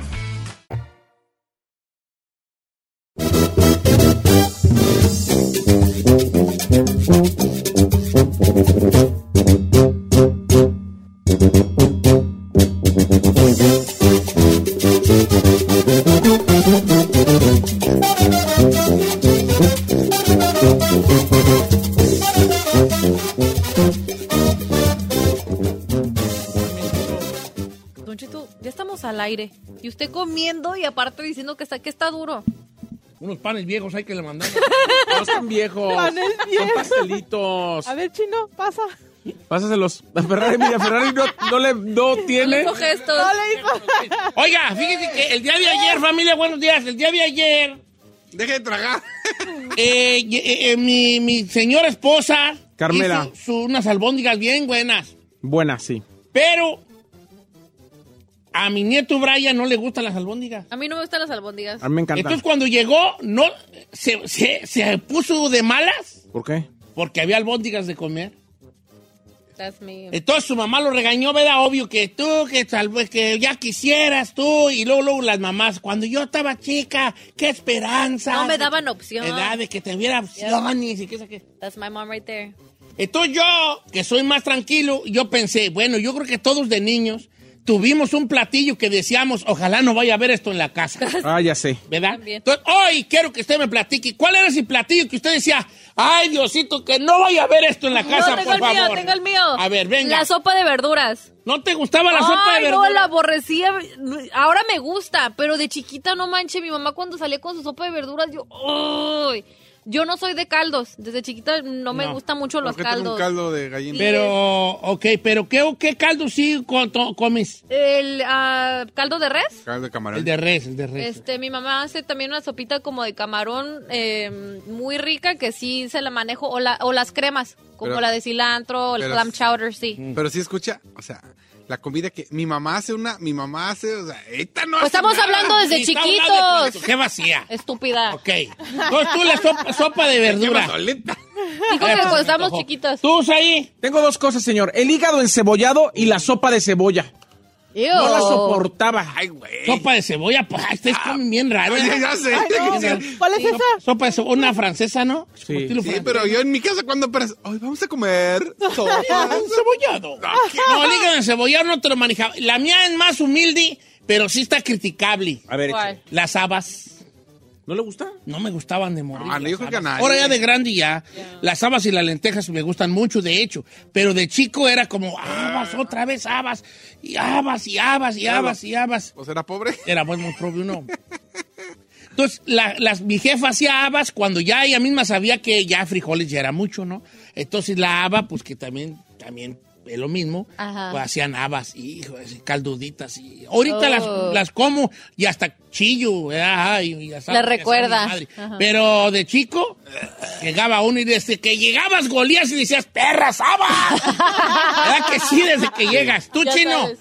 B: Don Cheto, ya estamos al aire. Y usted comiendo y aparte diciendo que está, que está duro.
A: Unos panes viejos hay que le
G: <laughs>
A: mandar.
C: No están viejos.
G: Panel
C: Son
G: viejo.
C: pastelitos.
G: A ver, chino, pasa.
C: Pásaselos. A Ferrari, mira, Ferrari no, no le no tiene.
B: Hizo gestos.
A: Oiga, fíjese que el día de ayer, familia, buenos días. El día de ayer,
D: Deja de
B: <laughs>
D: tragar.
A: eh, y- eh, eh, mi, mi señora esposa.
C: Carmela.
A: hizo su- unas albóndigas bien buenas.
C: Buena, sí.
A: Pero a mi nieto Brian no le gustan las albóndigas.
B: A mí no me gustan las albóndigas.
C: A mí me encanta.
A: Entonces cuando llegó, no se, se- se puso de malas
C: ¿Por qué?
A: porque había albóndigas de comer.
B: That's me.
A: Entonces su mamá lo regañó, ¿verdad? Obvio que tú, que tal vez que ya quisieras tú. Y luego, luego las mamás, cuando yo estaba chica, qué esperanza.
B: No me daban opción.
A: Edad de que te hubiera opciones y qué sé qué.
B: That's my mom right there.
A: Entonces yo, que soy más tranquilo, yo pensé, bueno, yo creo que todos de niños tuvimos un platillo que decíamos, ojalá no vaya a ver esto en la
B: <laughs>
A: casa.
C: Ah, ya sé.
A: ¿Verdad?
B: También.
A: Entonces, hoy quiero que usted me platique. ¿Cuál era ese platillo que usted decía? Ay, Diosito, que no vaya a ver esto en la casa,
B: no, tengo
A: por
B: el mío,
A: favor"?
B: tengo el mío.
A: A ver, venga.
B: La sopa de verduras.
A: ¿No te gustaba la sopa de
B: Ay,
A: verduras?
B: no, la aborrecía. Ahora me gusta, pero de chiquita no manche. Mi mamá cuando salía con su sopa de verduras, yo. ¡Ay! Yo no soy de caldos. Desde chiquita no me
A: No.
B: gustan mucho los
D: ¿Por qué tengo
B: caldos.
D: un caldo de gallina?
A: Pero, ok, pero ¿qué, qué caldo sí co- to- comes?
B: El ah, caldo de res.
D: Caldo de camarón.
A: El de res, el de res.
B: Este, mi mamá hace también una sopita como de camarón eh, muy rica que sí se la manejo. O, la, o las cremas, como
D: Pero-
B: la de cilantro, el
D: pero- Mm.
B: clam chowder, sí.
D: Pero sí escucha, o sea, la comida que mi mamá hace una, mi mamá hace, o sea, esta no
B: Pues
D: hace
B: estamos
D: nada.
B: hablando desde
A: Sí, está hablando de-
B: chiquitos.
A: ¡Qué vacía!
B: Estúpida.
A: Ok. Entonces tú la sopa, sopa de
D: Qué
A: verdura.
D: mazoleta.
B: Dijo que cuando estábamos chiquitos.
A: ¿Tú, ahí?
C: Tengo dos cosas, señor. El hígado encebollado y la sopa de cebolla. No la soportaba.
D: Ay, güey.
A: Sopa de cebolla, pues, ay, ustedes comen bien raro. ¿eh?
D: Oye, Ah, ya sé.
G: ¿Cuál es esa?
A: Sopa de cebolla, una francesa, ¿no?
C: Sí.
A: Estilo
D: Sí,
A: francés. <laughs>
D: pero yo en mi casa cuando aparece, hoy vamos a comer sopa.
A: cebollado. No, el hígado encebollado no te lo manejaba. La mía es más humilde, pero sí está criticable.
C: A ver,
B: ¿Cuál?
A: Las habas.
C: ¿No le gusta?
A: No me gustaban de morir.
D: No, no, yo creo Ah, que a nadie.
A: Ahora ya de grande ya. Las habas y las lentejas me gustan mucho, de hecho. Pero de chico era como habas, otra vez habas. Y habas, y habas, y habas, y habas.
D: ¿O será pobre?
A: Era muy, muy propio uno. Entonces, la- las, mi jefa hacía habas cuando ya ella misma sabía que ya frijoles ya era mucho, ¿no? Entonces la haba, pues que también, también es lo mismo,
B: Ajá.
A: pues hacían habas y hijo, así, calduditas. Y ahorita
B: Oh.
A: las, las como y hasta chillo, ¿verdad? Ay, y ya sabes
B: Las
A: que
B: recuerdas.
A: sabe mi madre.
B: Ajá.
A: Pero de chico, llegaba uno y desde que llegabas golías y decías, perras,
B: <laughs>
A: habas. ¿Verdad que sí desde que llegas? Tú,
B: Ya
A: chino,
B: sabes.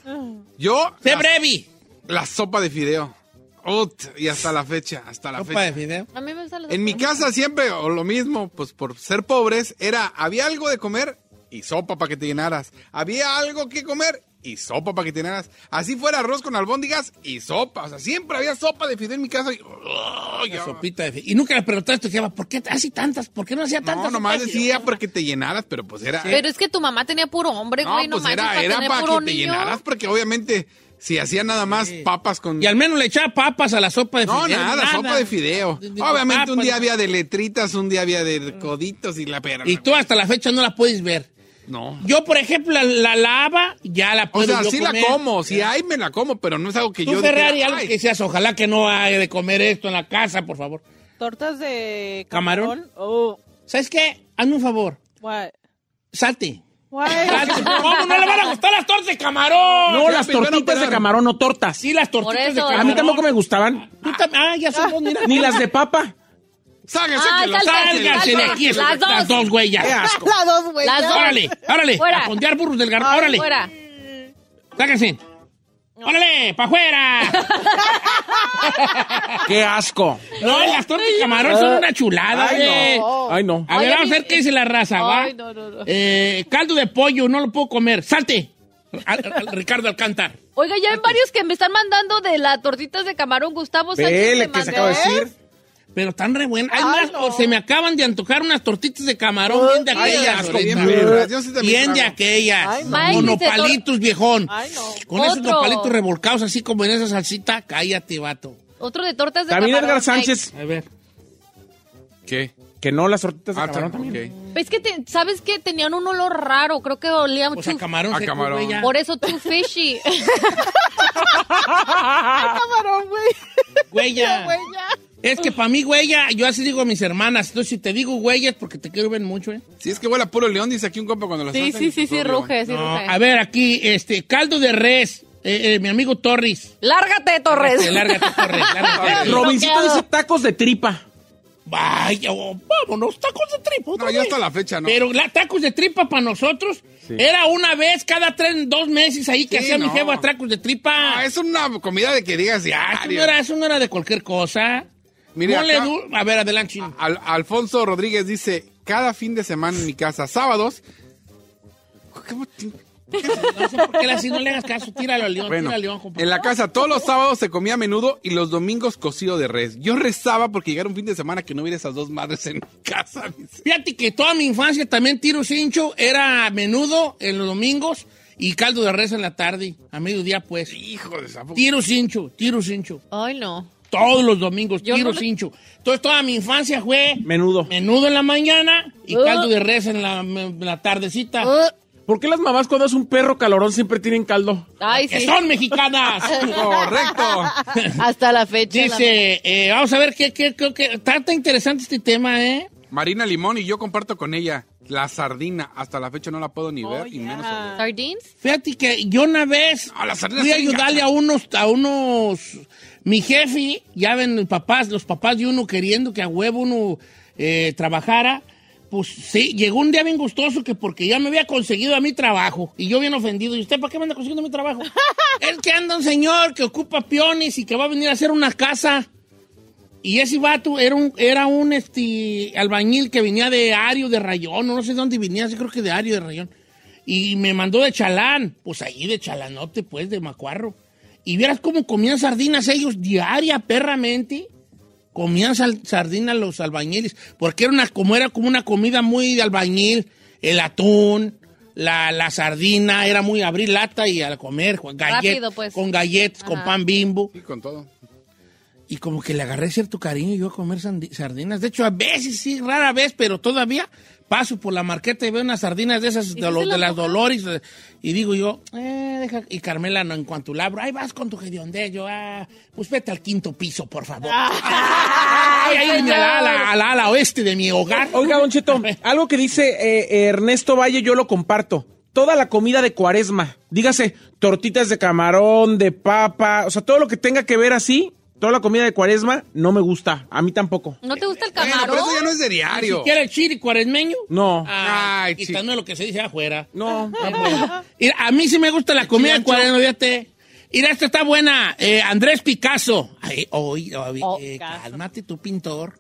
D: Yo,
A: sé
D: la,
A: brevi.
D: la sopa de fideo. Ut, y hasta la fecha, hasta la
A: Sopa de
D: fecha.
A: fideo.
B: A mí me gustan las
D: En mi
B: sopas.
D: casa siempre, o lo mismo, pues por ser pobres, era, había algo de comer y sopa para que te llenaras. Había algo que comer y sopa para que te llenaras. Así fuera arroz con albóndigas y sopa. O sea, siempre había sopa de fideo en mi casa. Y, ¡Oh,
A: Una
D: ya!
A: sopita de fi- Y nunca le preguntaste a tu jefa, ¿por qué hace tantas? ¿Por qué no hacía tantas?
D: No,
A: sopas
D: nomás
A: de fideo?
D: decía para que te llenaras, pero pues era...
B: Pero es que tu mamá tenía puro hombre,
D: No,
B: este güey. No,
D: pues
B: manches,
D: era,
B: para
D: era
B: tener
D: para
B: puro
D: que te
B: niño.
D: llenaras, porque obviamente si hacía nada más papas con...
A: Y al menos le echaba papas a la sopa de
D: No,
A: fideo.
D: nada, sopa de fideo.
A: Digo, ah, pues
D: Obviamente un
A: papas.
D: día había de letritas, un día había de coditos y la pera.
A: Y tú hasta la fecha no la puedes ver.
D: No.
A: Yo, por ejemplo, la, la lava ya la
D: O
A: puedo
D: sea,
A: yo
D: sí
A: comer.
D: la como, si hay me la como, pero no es algo que
A: Tú,
D: yo dijera,
A: Ferrari, algo
D: "Ay".
A: que seas, ojalá que no haya de comer esto en la casa, por favor.
G: Tortas de
A: ¿Camarón?
G: camarón. Oh,
A: ¿Sabes qué? Hazme un favor.
G: why?
A: Salte.
G: Why?
A: Salte. ¿Cómo no le van a gustar las tortas de camarón?
C: No,
D: ya
C: las
D: me iban a
C: tortitas de
D: operar.
C: camarón, no tortas.
A: Sí, las tortitas
B: Por
A: de
B: eso.
A: camarón.
C: A mí tampoco me gustaban.
A: Tú tam- Ah, ya somos, mira.
D: <laughs>
C: Ni las de papa.
D: Ságase
B: Ah,
D: que lo
B: sálganse,
D: sálganse.
A: Sálganse de aquí,
B: Las dos.
A: las dos, güey, ya.
G: Las dos, güey.
B: Las
G: ya.
B: dos.
A: Órale, órale.
B: Fuera.
A: A fondear burros del garro.
B: Ay,
A: Órale.
B: fuera.
A: Sáquense. Órale, pa' afuera.
C: ¡Qué asco!
A: no, las tortas de camarón son una chulada,
C: Ay,
A: güey.
C: no. Ay, no.
A: A ver,
B: Ay, a
A: Oh. vamos
B: mí-
A: a ver qué dice la raza, ¿va?
B: Ay, no, no, no.
A: Eh, caldo de pollo, no lo puedo comer. ¡Salte! Al- al- al Ricardo Alcántar.
B: Oiga, ya hay varios que me están mandando de las tortitas de camarón. Gustavo Sánchez.
C: Vele,
B: me
C: que se
B: mandó.
C: acaba de decir.
A: Pero tan re buenas. Hay
G: Ay,
A: unas-
G: no.
A: se me acaban de antojar unas tortitas de camarón bien de
D: Ay,
A: aquellas.
D: asco, bien
A: ahorita.
D: vergas. Yo sí también
A: bien de
D: trago.
A: aquellas.
G: Ay, no.
B: Mike
A: Con
B: dice tor-
A: nopalitos, viejón.
G: Ay, no.
A: Con esos
B: Otro.
A: nopalitos revolcados así como en esa salsita. Cállate, vato.
B: Otro de tortas de
C: También
B: camarón.
C: Edgar Sánchez.
A: A ver.
D: ¿Qué?
C: Que no, las tortitas de
D: Ah,
C: camarón
D: está-
C: también.
D: ok.
B: Ay, Es que, te- ¿sabes qué? Tenían un olor raro. Creo que olía
A: Pues
B: mucho.
A: a camarón.
D: A
A: seco,
D: Ah, camarón.
A: güey, ya.
B: Por eso too fishy.
G: Camarón, güey.
A: Güey, ya.
G: Güey, ya.
A: Es que para mí, güey, ya, yo así digo a mis hermanas. Entonces, si te digo, güey, es porque te quiero ver mucho, ¿eh?
D: Si es que huele a puro león, dice aquí un compa cuando lo
B: sí,
D: hacen,
B: sí, sí,
D: pues,
B: sí,
D: obvio.
B: ruge, sí,
A: No,
B: ruge.
A: a ver, aquí, este, caldo de res. Eh, eh, mi amigo Torres.
B: Lárgate, Torres.
A: Eh, Lárgate, Torres,
D: <laughs>
A: lárgate.
C: Robincito
B: Bloqueado.
C: dice tacos de tripa.
A: Vaya, oh, vámonos, tacos de tripa. otra
D: No, yo
A: vez.
D: hasta la fecha no.
A: Pero la, tacos de tripa para nosotros era una vez cada tres, dos meses ahí que
D: Sí,
A: hacía mi
D: no.
A: jefa tacos de tripa.
D: Ah, es una comida de que digas
A: Ah, eso,
D: diario.
A: no era, eso no era de cualquier cosa.
D: Mire,
A: Ponle
D: acá-
A: du- A ver, adelante. chino.
D: Al- Alfonso Rodríguez dice, cada fin de semana en mi casa, sábados. ¿Qué botín?
A: No sé por qué era así, no le hagas caso. Tíralo al león,
D: Bueno,
A: tíralo al león, compa.
D: en la casa todos los sábados se comía a menudo y los domingos cocido de res. Yo rezaba porque llegara un fin de semana que no hubiera esas dos madres en mi casa. dice.
A: Fíjate que toda mi infancia también tiro cincho era a menudo en los domingos y caldo de res en la tarde, a mediodía pues.
D: Hijo de esa pu-
A: Tiro cincho, tiro cincho.
B: Ay, no.
A: Todos los domingos,
B: Yo
A: tiro
B: no le-
A: cincho. Entonces toda mi infancia fue
C: Menudo.
A: menudo en la mañana y
B: Uh.
A: caldo de res en la, en la tardecita.
B: Uh,
C: ¿Por qué las mamás cuando es un perro calorón siempre tienen caldo?
B: Ay,
A: ¡Que
B: sí.
A: son
B: <laughs>
A: mexicanas!
D: Correcto.
B: Hasta la fecha. la-
A: Dice, eh, vamos a ver, qué, qué, qué, qué- está tan interesante este tema, ¿eh?
D: Marina Limón y yo comparto con ella la sardina. Hasta la fecha no la puedo ni ver y menos oler.
B: ¿Sardines?
A: Fíjate que yo una vez
D: No, las sardinas
A: fui a
D: están
A: ayudarle
D: gachas.
A: a unos, a unos, mi jefe, ya ven, los papás, los papás de uno queriendo que a huevo uno eh, trabajara, pues sí, llegó un día bien gustoso que porque ya me había conseguido a mi trabajo y yo bien ofendido, ¿y usted para qué me anda consiguiendo mi trabajo? es que anda un señor que ocupa peones y que va a venir a hacer una casa. Y ese vato era un, era un este, albañil que venía de Ario de Rayón, no sé de dónde venía, sí creo que de Ario de Rayón. Y me mandó de chalán, pues ahí de chalanote, pues, de macuarro. Y vieras cómo comían sardinas ellos diaria, perramente. Comían sal- sardinas los albañiles, porque era una, como era como una comida muy de albañil, el atún, la, la sardina, era muy abrir lata y al comer, galletas,
B: pues.
A: con galletas, con
B: Ajá.
A: pan bimbo.
D: Y con todo.
A: Y como que le agarré cierto cariño yo a comer sandi- sardinas. De hecho, a veces sí, rara vez, pero todavía paso por la marqueta y veo unas sardinas de esas, de,
B: si
A: los-
B: se
A: de
B: las
A: las Dolores. eh, Y digo yo, eh, deja. Y Carmela, no, en cuanto la abro, ahí vas con tu hediondello. Ah, pues vete al quinto piso, por favor. <laughs> Ay, ahí en la ala- a la ala oeste de mi hogar.
C: Oiga, Don Cheto, algo que dice eh, Ernesto Valle, yo lo comparto. Toda la comida de cuaresma, dígase, tortitas de camarón, de papa, o sea, todo lo que tenga que ver así, toda la comida de cuaresma no me gusta, a mí tampoco.
B: ¿No te gusta el
D: Bueno,
B: camarón?
D: pero eso ya no es de
A: Ni
D: diario.
A: siquiera el chiri cuaresmeño.
C: No.
A: Ay,
D: Ay,
A: y
D: sí.
A: tan no es lo que se dice afuera.
C: No.
A: Ah, bueno. Mira, a mí sí me gusta la comida de cuaresma, fíjate. Mira, esta está buena. Eh, Andrés Picasso. Ay, oy, oy,
G: Oh,
A: eh,
G: Picasso.
A: cálmate tu pintor.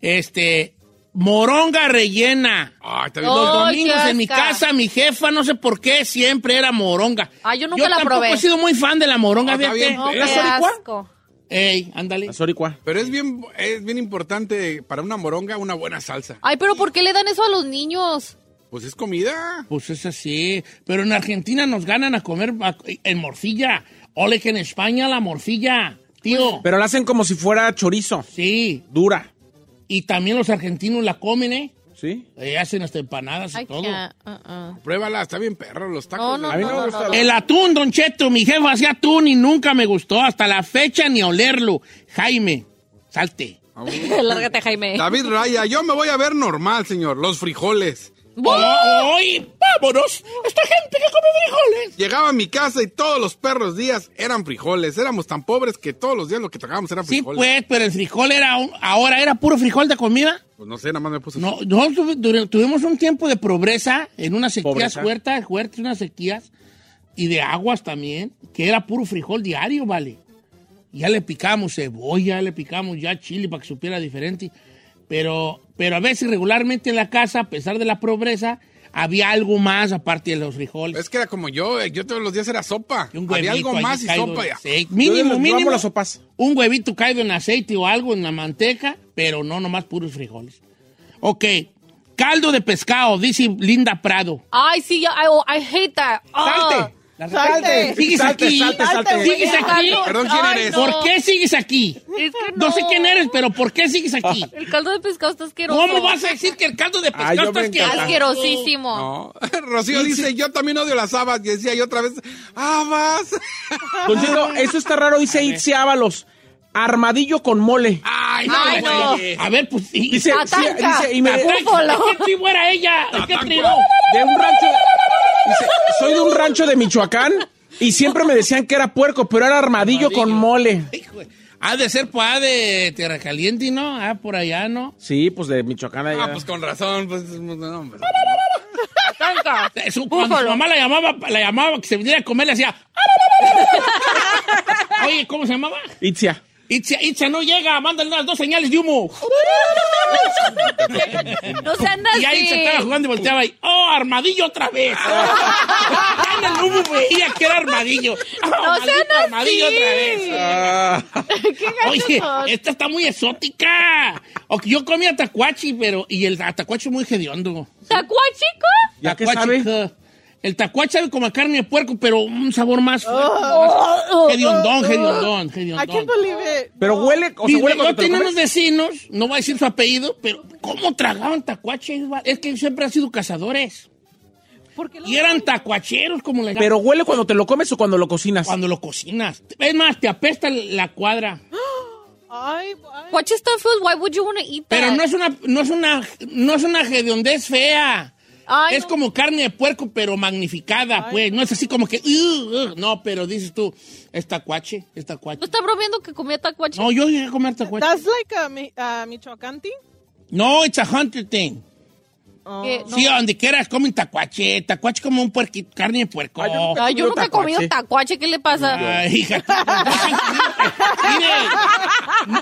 A: Este, moronga rellena.
D: Ah, está bien.
A: Los
B: Oh. Ay,
A: domingos
B: qué
A: en mi
B: asca.
A: casa, mi jefa, no sé por qué, siempre era moronga.
B: Ay, Ah, yo nunca la
A: tampoco
B: probé.
A: he sido muy fan de la moronga,
D: Ah, está
A: fíjate.
D: bien.
B: No, qué
C: ¿La soricua?
B: asco.
A: Ey, ándale.
C: La soricua.
D: Pero es bien, es bien importante para una moronga una buena salsa.
B: Ay, pero ¿por qué le dan eso a los niños?
D: Pues es comida.
A: Pues es así. Pero en Argentina nos ganan a comer a- en morcilla. Ole que en España la morcilla,
D: Pues,
A: tío.
C: Pero la hacen como si fuera chorizo,
A: Sí.
C: dura,
A: Y también los argentinos la comen, ¿eh?
C: ¿sí?
A: Eh, hacen hasta empanadas y
B: Ay,
A: todo.
B: qué- ah, ah.
D: Pruébala, está bien perro, los tacos.
B: No,
D: de-
B: no,
C: A mí no me
B: no, no,
C: gusta
B: no, no.
C: la-
A: El atún, Don Cheto, mi jefa hacía atún y nunca me gustó. Hasta la fecha ni olerlo. Jaime, salte.
B: <laughs> Lárgate, Jaime.
D: David Raya, yo me voy a ver normal, señor. Los frijoles.
A: ¡Ay, Oh, vámonos! Esta gente que come frijoles.
D: Llegaba a mi casa y todos los perros días eran frijoles. Éramos tan pobres que todos los días lo que tocábamos eran
A: Sí,
D: frijoles.
A: pues, pero el frijol era un- ahora era puro frijol de comida.
D: Pues no sé, nada más me puse.
A: No, no, tuve- dure- tuvimos un tiempo de pobreza en unas sequías
C: Pobreza.
A: fuertes, fuertes, unas sequías y de aguas también, que era puro frijol diario, vale. Ya le picamos cebolla, le picamos ya chile para que supiera diferente. Pero, pero a veces regularmente en la casa, a pesar de la pobreza, había algo más aparte de los frijoles.
D: Es que era como yo, eh, yo todos los días era sopa.
A: Y un
D: Había
A: huevito
D: algo
A: ahí
D: más y
A: caído
D: sopa
A: en
D: ya.
A: aceite.
C: Yo
A: Mínimo,
C: amo
A: mínimo.
C: las sopas.
A: Un huevito caído en aceite o algo en la manteca, pero no nomás puros frijoles. Ok. Caldo de pescado, dice Linda Prado.
B: Ay, sí, ya- I, oh, I hate that. Ah.
C: ¡Salte!
G: Salte.
A: ¿Sigues
C: Salte,
A: aquí?
C: salte, salte.
A: ¿Sigues aquí?
D: Perdón, ¿quién
B: Ay,
D: eres?
B: no.
A: ¿Por qué sigues aquí?
B: Es que
A: No sé
B: no.
A: quién eres, pero ¿por qué sigues aquí?
B: El caldo de pescado está asqueroso.
A: ¿Cómo vas a decir que el caldo de
C: Ay, yo
A: pescado
C: me
A: está asqueroso?
C: encanta.
B: Asquerosísimo.
D: No. <laughs> Rocío dice, yo también odio las habas. Y decía yo otra vez, habas.
A: Ah.
C: Don Cheto, eso está raro, dice Itzi Ábalos. Armadillo con mole.
D: Ay, no.
B: Ay,
D: güey.
B: no.
A: A ver, pues... Ah, y-
C: Dice, sí,
B: Tatanca.
C: dice, y me,
A: Ay, ¿Qué tribu era ella? ¿De qué tribu?
C: de un rancho. dice, soy de un rancho de Michoacán y siempre me decían que era puerco, pero era armadillo, con mole.
A: Hijo de- Ha de ser, pues, ha de Tierra Caliente, ¿no? Ah, por allá, ¿no?
C: Sí, pues de Michoacán. allá.
D: Ah, pues con razón. Pues, no, hombre.
A: Su, cuando su mamá la llamaba, la llamaba que se viniera a comer, le hacía. "Ah, <laughs> Oye, ¿cómo se llamaba?
C: Itzia.
A: Itzia, Itzia no llega, mándale unas dos señales de humo.
B: No sean así.
A: Y ahí se estaba jugando y volteaba y, ¡oh, armadillo otra
B: <laughs>
A: vez!
B: Ah.
A: Ya en el humo veía que era
B: <laughs>
A: armadillo. ¡Oh, maldito
B: sean así.
A: armadillo otra vez!
B: <laughs> Qué gachos
A: Oye,
B: son.
A: esta está muy exótica. O que yo comía tacuachi, pero. Y el tacuachi es muy hediondo.
B: ¿Tacuachico?
C: ¿Ya qué
A: Tacuachi, ja. El tacuachi sabe como a carne de puerco, pero un sabor más fuerte.
G: Oh.
A: más- Hediondón, hediondón,
G: I can't
A: hediondón.
G: believe it.
C: Pero huele, o sea,
A: Mira,
C: huele cuando
A: yo
C: te lo
A: tenía
C: comes.
A: unos vecinos, no voy a decir su apellido, pero ¿cómo tragaban tacuache? Es que siempre han sido cazadores.
G: ¿Por qué lo-
A: Y eran tacuacheros como la
C: Pero huele cuando te lo comes o cuando lo cocinas.
A: cuando lo cocinas. Es más, te apesta la cuadra.
G: Ay, ay.
B: Watch stuffed food. Why would you want to eat that?
A: Pero no es una, no es una, no es una hediondez fea.
B: Ay,
A: es
B: no.
A: como carne de puerco, pero magnificada, pues. No es así como que. "Ugh, ugh". No, pero dices tú, es tacuache, es tacuache.
B: ¿No está bromeando que comía tacuachi?
A: No, yo llegué a comer tacuache.
G: That's like a, mi, a Michoacán thing.
A: No, it's a hunter thing.
B: Que- no.
A: Sí, donde quieras comen tacuache. Tacuache como un puerquito, carne de puerco.
C: Ay, yo nunca
B: Ay, Ah, yo
C: Comido
B: nunca he comido
C: tacuache.
B: tacuache. ¿Qué le pasa?
A: Ay, hija. Mire,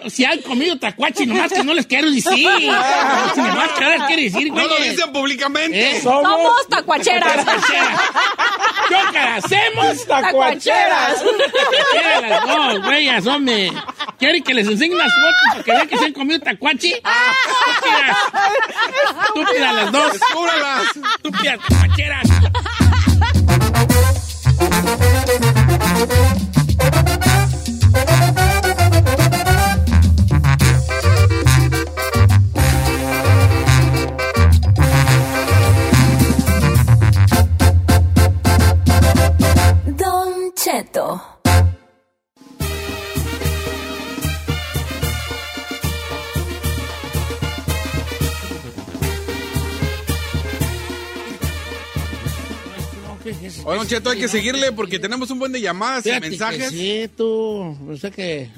A: no, si han comido tacuache, nomás que no les quiero
C: <laughs>
A: decir. Si nomás que no les quiero decir,
D: No
A: güey.
D: lo dicen públicamente.
A: ¿Eh?
B: Somos tacuacheras.
A: <laughs> Tacuacheras. Chócaras, hacemos
B: tacuacheras.
A: Tacuacheras las dos, güeyas, hombre. ¿Quieren que les enseñe las fotos para que vean que se han comido tacuachi? Estúpidas. Estúpidas las dos.
D: Descúbralas.
A: Estúpidas tacuacheras. pues, es-
D: Oye, Don Cheto, hay que seguirle porque tenemos un buen de llamadas y
A: Fíjate que
D: mensajes.
A: Sí, tú. O sea que.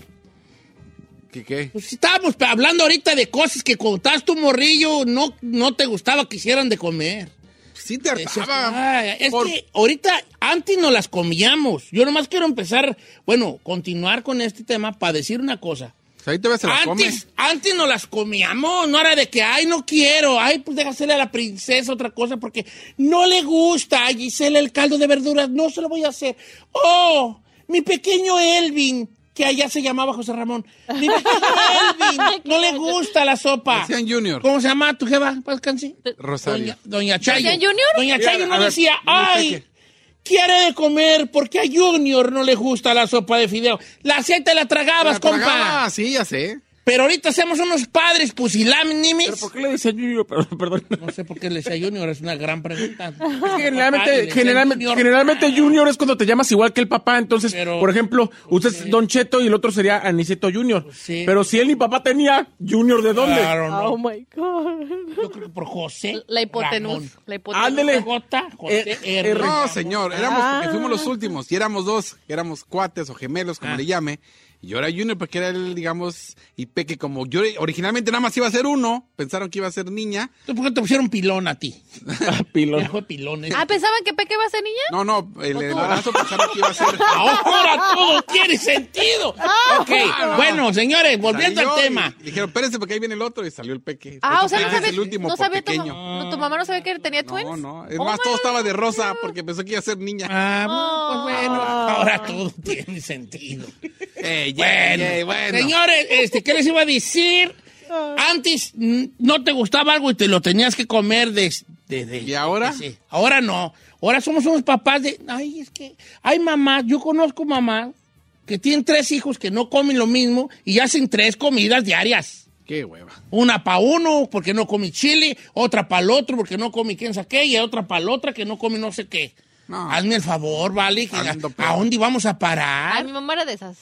D: ¿Qué qué?
A: Pues estábamos hablando ahorita de cosas que cuando estabas tu morrillo no, no te gustaba que hicieran de comer.
D: Sí te
A: Decías,
D: hartaba.
A: "Ay, es
D: Por-
A: que ahorita antes no las comíamos. Yo nomás quiero empezar, bueno, continuar con este tema para decir una cosa.
D: Pues Ahí te ves, se la come.
A: Antes, antes no las comíamos, no era de que, ay, no quiero, ay, pues déjasele a la princesa otra cosa porque no le gusta a Gisela el caldo de verduras, no se lo voy a hacer. Oh, mi pequeño Elvin, que allá se llamaba José Ramón,
D: <laughs>
A: mi pequeño Elvin, no le gusta la sopa.
D: Decían Junior.
A: ¿Cómo se llama tu jefa? Paz Cansi?
D: Rosario.
A: Doña, Doña Chayo.
B: ¿Doña Junior?
A: Doña Chayo
D: Mira,
A: no
D: a ver,
A: decía,
D: no me
A: ay,
D: pegue".
A: quiere de comer porque a Junior no le gusta la sopa de fideo. La aceite la tragabas,
D: La
A: compa.
D: tragaba, Ah, Sí, ya sé.
A: Pero ahorita hacemos unos padres
H: ¿Pero
A: pusilánimes.
H: por qué le decía Junior? Perdón, perdón.
A: No sé por qué le decía Junior, es una gran pregunta.
C: Generalmente, generalmente,
A: Junior.
C: generalmente Junior es cuando te llamas igual que el papá. Entonces,
A: Pero-
C: por ejemplo, usted es Don Cheto y el otro sería Aniceto Junior.
A: sí.
C: Pero si él ni papá tenía, ¿Junior de dónde?
A: Claro, no.
G: Oh my God.
A: Yo creo que por José.
B: La hipotenusa.
A: Ramón.
B: La hipotenusa.
C: Ándele.
A: J, José
C: Eh,
A: R.
C: eh,
D: No,
A: Ramón.
D: señor, éramos
A: Ah.
D: porque fuimos los últimos y éramos dos, que éramos cuates o gemelos, como
A: Ah.
D: le llame. Y yo era Junior porque era el, digamos, y Peque, como yo originalmente nada más iba a ser uno, pensaron que iba a ser niña.
A: ¿Tú ¿Por qué te pusieron pilón a ti?
C: Ah, pilón.
A: Ya fue pilón. ese.
B: Ah, ¿pensaban que Peque iba a ser niña?
D: No, no, el embarazo pensaron que iba a ser.
A: Ahora todo tiene sentido. ok, bueno, señores, volviendo
D: Salió
A: al
D: y
A: tema.
D: Dijeron, espérense porque ahí viene el otro y salió el Peque.
B: Ah, o
D: Por
B: sea,
D: eso
B: no
D: Peque es
B: sabía,
D: el último
B: no
D: por
B: sabía tu,
D: pequeño.
B: no, tu mamá no sabía que tenía twins.
D: No, no, es
B: Oh
D: más,
B: my
D: todo estaba
B: God.
D: de rosa porque pensó que iba a
B: <laughs>
D: ser niña.
A: Ah,
B: Oh.
A: pues bueno,
D: Ah.
A: ahora todo tiene
D: <laughs>
A: sentido.
D: Eh, ya,
A: Bueno,
D: ya, bueno. Ah.
A: señores, este, ¿qué les iba a decir? Antes n- no te gustaba algo y te lo tenías que comer desde...
D: ¿Y ahora?
A: Sí. Ahora no. Ahora somos unos papás de... Ay, es que hay mamás, yo conozco mamás que tienen tres hijos que no comen lo mismo y hacen tres comidas diarias.
D: Qué hueva.
A: Una para uno porque no come chile, otra para el otro porque no come quién sabe qué y otra para la otra que no come no sé qué.
D: No.
A: Hazme el favor, ¿vale? Que-
D: Ando
A: ¿A
D: peor.
A: dónde vamos a
B: Ay,
A: parar?
B: mi mamá era de esas.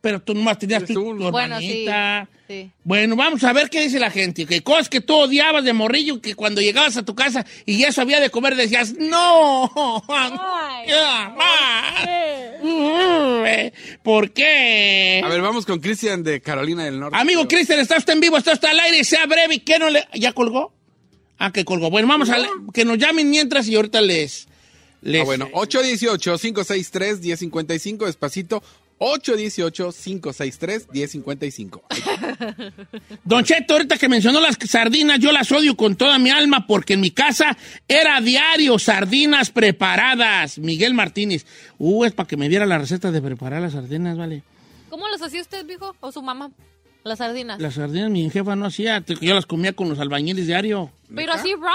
A: Pero tú nomás tenías tu,
D: Eres uno.
A: tu
B: Bueno, sí.
A: hermanita.
B: Sí.
A: Bueno, vamos a ver qué dice la gente. Que cosas que tú odiabas de morrillo, que cuando llegabas a tu casa y ya sabía de comer, decías, no, <laughs> ya, ma". <laughs> ¿por qué?
D: A ver, vamos con Cristian de Carolina del Norte.
A: Amigo
D: Pero-
A: Cristian, está usted en vivo, está usted al aire, sea breve y que no le... ¿Ya colgó? Ah, que colgó. Bueno, vamos a... le- Que nos llamen mientras y ahorita les... les
D: Ah, bueno, 818-563-1055, despacito. 818-563-1055.
A: Don Cheto, ahorita que mencionó las sardinas, yo las odio con toda mi alma porque en mi casa era diario sardinas preparadas. Miguel Martínez. Uh, es para que me diera la receta de preparar las sardinas, vale.
B: ¿Cómo los hacía usted, viejo? ¿O su mamá? Las sardinas.
A: Las sardinas mi jefa no hacía, te- yo las comía con los albañiles diario.
B: ¿Pero así, raw?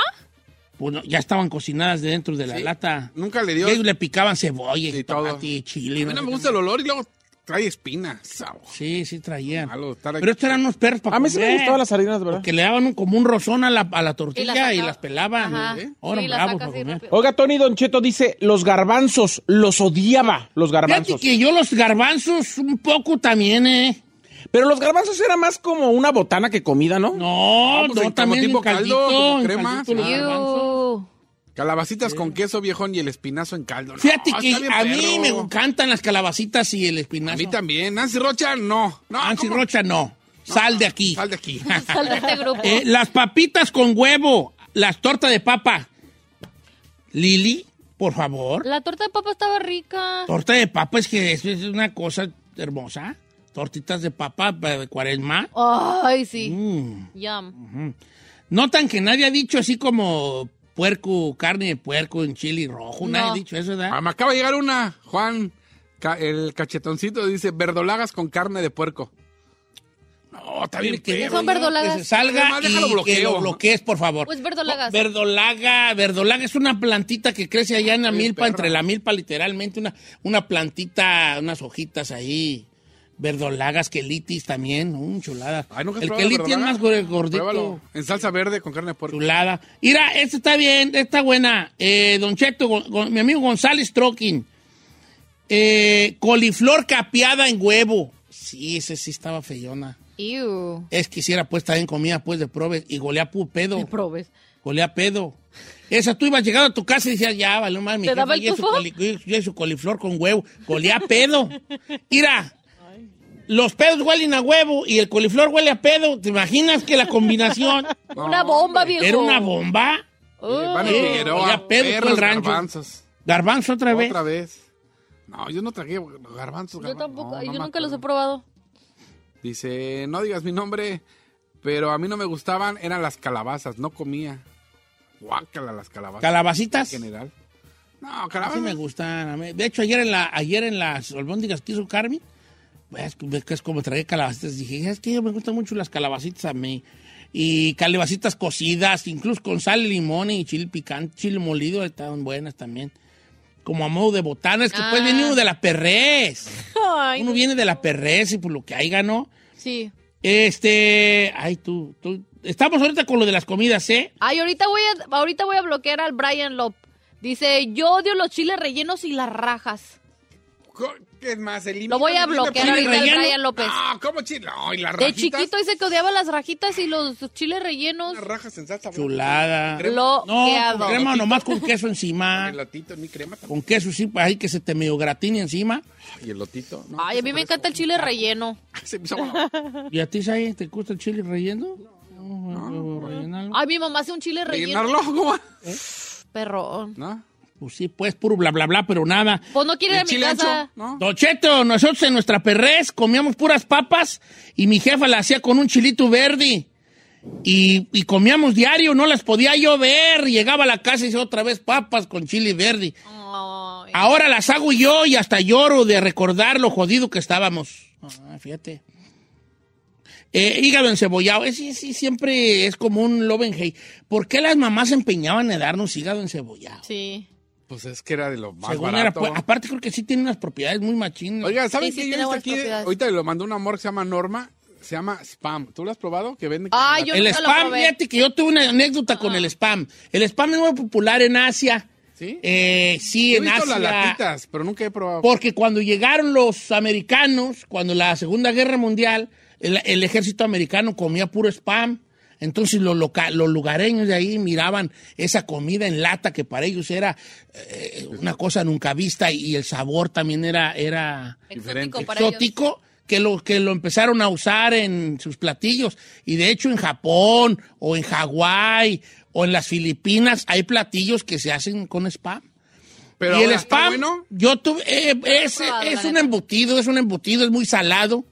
A: Pues no, ya estaban cocinadas de dentro de la
D: Sí.
A: lata.
D: Nunca le
A: Y
D: dio.
A: ellos le picaban cebolla y
D: Y todo.
A: tomate y chile.
D: A mí
A: no sé
D: no me
A: qué
D: gusta el olor y luego trae espinas. Sabo.
A: más. Sí, sí traían.
D: Malo estar aquí.
A: Pero estos eran unos perros para
C: A mí sí me
A: comer.
C: gustaban las harinas, ¿verdad?
A: Que le daban un- como un rozón a la, a la tortilla y,
B: sacaba.
A: las pelaban.
B: Ajá.
A: ¿eh? Ahora
B: Sí, las
A: bravos
B: saca
A: para
B: así
A: comer.
B: rápido.
C: Oiga, Tony Don Cheto dice, los garbanzos, los odiaba, los
A: Fíjate
C: garbanzos.
A: que yo los garbanzos un poco también, ¿eh?
C: Pero los garbanzos era más como una botana que comida, ¿no?
A: No,
D: Ah, pues,
A: no,
D: como
A: también
D: tipo
A: en caldito,
D: caldo, como
A: en
D: crema,
A: caldito los
D: sí.
A: garbanzos.
B: Ew.
D: Calabacitas con queso viejón y el espinazo en caldo. No,
A: Fíjate
D: Ah, está
A: que
D: bien
A: a mí
D: perro.
A: me encantan las calabacitas y el espinazo.
D: A mí también. Nancy Rocha, no. no
A: Nancy
D: ¿cómo?
A: Rocha no. Sal de aquí. <laughs>
D: Sal de aquí.
B: <laughs> Sal de este grupo.
A: Eh, las papitas con huevo, las tortas de papa. Lili, por favor.
B: La torta de papa estaba rica.
A: Torta de papa es que eso es una cosa hermosa. Tortitas de papa eh, de cuaresma.
B: Ay, sí.
A: Mm.
B: Yum.
A: Notan que nadie ha dicho así como puerco, carne de puerco en chili rojo. Nadie
B: No.
A: ha dicho eso, ¿verdad?
D: <laughs> Ah, me acaba de llegar una. Juan, ca- el cachetoncito dice verdolagas con carne de puerco. No, está bien. ¿eh?
A: Que
D: perro.
B: son verdolagas.
A: Que se salga
D: Además, déjalo
A: y
D: bloqueo.
A: que lo bloquees, por favor.
B: Pues verdolagas.
A: No, verdolaga, verdolaga es una plantita que crece allá en la
D: Ay,
A: milpa,
D: perra.
A: entre la milpa literalmente, una, una plantita, unas hojitas ahí. Verdolagas, quelitis también, un chulada.
D: Ay, ¿nunca has
A: El
D: probado
A: quelitis es
D: verdolaga?
A: más gor- gordito.
D: Pruébalo. En salsa verde con carne de puerco.
A: Chulada. Mira, esta está bien, esta está buena. Eh, don Cheto, Gon- Gon- mi amigo González Troquin. Eh, coliflor capeada en huevo. Sí, ese sí estaba feyona.
B: Ew.
A: Es que hiciera pues también comida pues de probes y golea pu pedo.
B: Probes.
A: Golea pedo. Esa tú ibas llegando a tu casa y decías, ya, vale, más mi
B: ¿Te daba el
A: y su,
B: tufo?
A: coli- y su coliflor con huevo. Colía a pedo. Mira, los pedos huelen a huevo y el coliflor huele a pedo. ¿Te imaginas que la
B: <laughs>
A: combinación
B: Una bomba, viejo.
A: era una bomba?
D: Van
A: Eh,
D: Figueroa,
A: olía a pedo todo el
D: perros,
A: rancho.
D: garbanzos.
A: Garbanzo otra vez.
D: Otra vez. No, yo no tragué garbanzos.
B: Yo
D: garban-
B: tampoco,
D: no, no
B: yo
D: me
B: nunca los he
D: acuerdo.
B: probado.
D: Dice, no digas mi nombre, pero a mí no me gustaban, eran las calabazas, no comía. Guácala las calabazas. en
A: Calabacitas.
D: general. No,
A: Sí me
D: calabazas.
A: gustan. a mí. De hecho, ayer en, la, ayer en las albóndigas que hizo Carmen, pues, ves que es como tragué calabacitas. Dije, es que me gustan mucho las calabacitas a mí. Y calabacitas cocidas, incluso con sal, limón y chile picante, chile molido, estaban buenas también. Como a modo de botanas, que pues
B: Ah.
A: viene uno de la perrez.
B: Ay,
A: Uno viene de la perrez y por lo que haya, ¿no?
B: sí.
A: Este, ay, tú, tú. Estamos ahorita con lo de las comidas, ¿eh?
B: Ay, ahorita voy a, ahorita voy a bloquear al Brian Lop. Dice, yo odio los chiles rellenos y las rajas.
D: Co- ¿Qué más? Elimina-
B: Lo voy a
D: elimina
B: bloquear
A: ¿Chile
D: primero.
B: ahorita al
A: relleno?
B: Brian López.
D: No, ¿cómo chile? No, y las
B: De
D: ah, rajitas?
B: chiquito dice que odiaba las rajitas y los chiles rellenos.
D: Unas rajas en salsa. blanca.
A: Chulada.
B: Lo
A: No,
B: que
A: con
B: hago.
A: crema nomás con queso
D: <laughs> Con
A: encima.
D: El lotito, ni crema tampoco.
A: con queso sí, pues, ahí que se te medio gratine encima.
D: Y el lotito. No,
B: Ay, a mí me encanta el chile relleno.
D: <laughs> se me hizo agua la-
A: ¿Y a ti, Saí, te gusta el chile relleno? No, huevo rellenalo.
B: <laughs> Ay, mi mamá hace un chile relleno.
D: ¿Rellenarlo? ¿Cómo?
B: Perrón.
D: ¿No?
A: Pues sí, pues puro bla, bla, bla, pero nada.
B: Pues no quiere ir a
D: ¿El
B: mi
D: chile ancho?
B: casa.
D: ¿No?
A: Don Cheto, nosotros en nuestra perrez comíamos puras papas y mi jefa la hacía con un chilito verde. Y, y comíamos diario, no las podía yo ver. Llegaba a la casa y decía otra vez papas con chile verde.
B: Ay.
A: Ahora las hago yo y hasta lloro de recordar lo jodido que estábamos. Ah, fíjate. Eh, hígado encebollado. Ese sí siempre es como un love and hate. ¿Por qué las mamás se empeñaban en darnos hígado encebollado?
B: Sí.
D: Pues es que era de lo más
A: Según era,
D: barato.
A: pues, aparte creo que sí tiene unas propiedades muy machinas.
D: Oiga, ¿saben
B: Sí, sí
D: qué? Yo
B: tiene
D: he visto
B: buenas
D: aquí,
B: propiedades.
D: ahorita lo mandó un amor que se llama Norma, se llama Spam. ¿Tú lo has probado? Que vende
B: Ah,
D: chocolate.
B: yo
A: el
B: nunca lo
A: spam,
B: probé.
A: fíjate que yo tuve una anécdota con el spam. El spam es muy popular en Asia.
D: ¿Sí?
A: Eh, sí,
D: Yo he
A: en
D: visto
A: Asia.
D: las latitas, pero nunca he probado.
A: Porque cuando llegaron los americanos, cuando la Segunda Guerra Mundial, el, el ejército americano comía puro spam. Entonces los, loca- los lugareños de ahí miraban esa comida en lata que para ellos era eh, una cosa nunca vista y el sabor también era, era
D: Diferente.
B: Exótico para ellos.
A: exótico que lo, que lo empezaron a usar en sus platillos. Y de hecho en Japón o en Hawái o en las Filipinas hay platillos que se hacen con spam
D: Pero
A: y el
D: ahora, ¿está
A: spam,
D: bueno?
A: yo tuve, eh, es,
B: probado, la
A: es un
B: neta.
A: embutido, es un embutido, es muy salado.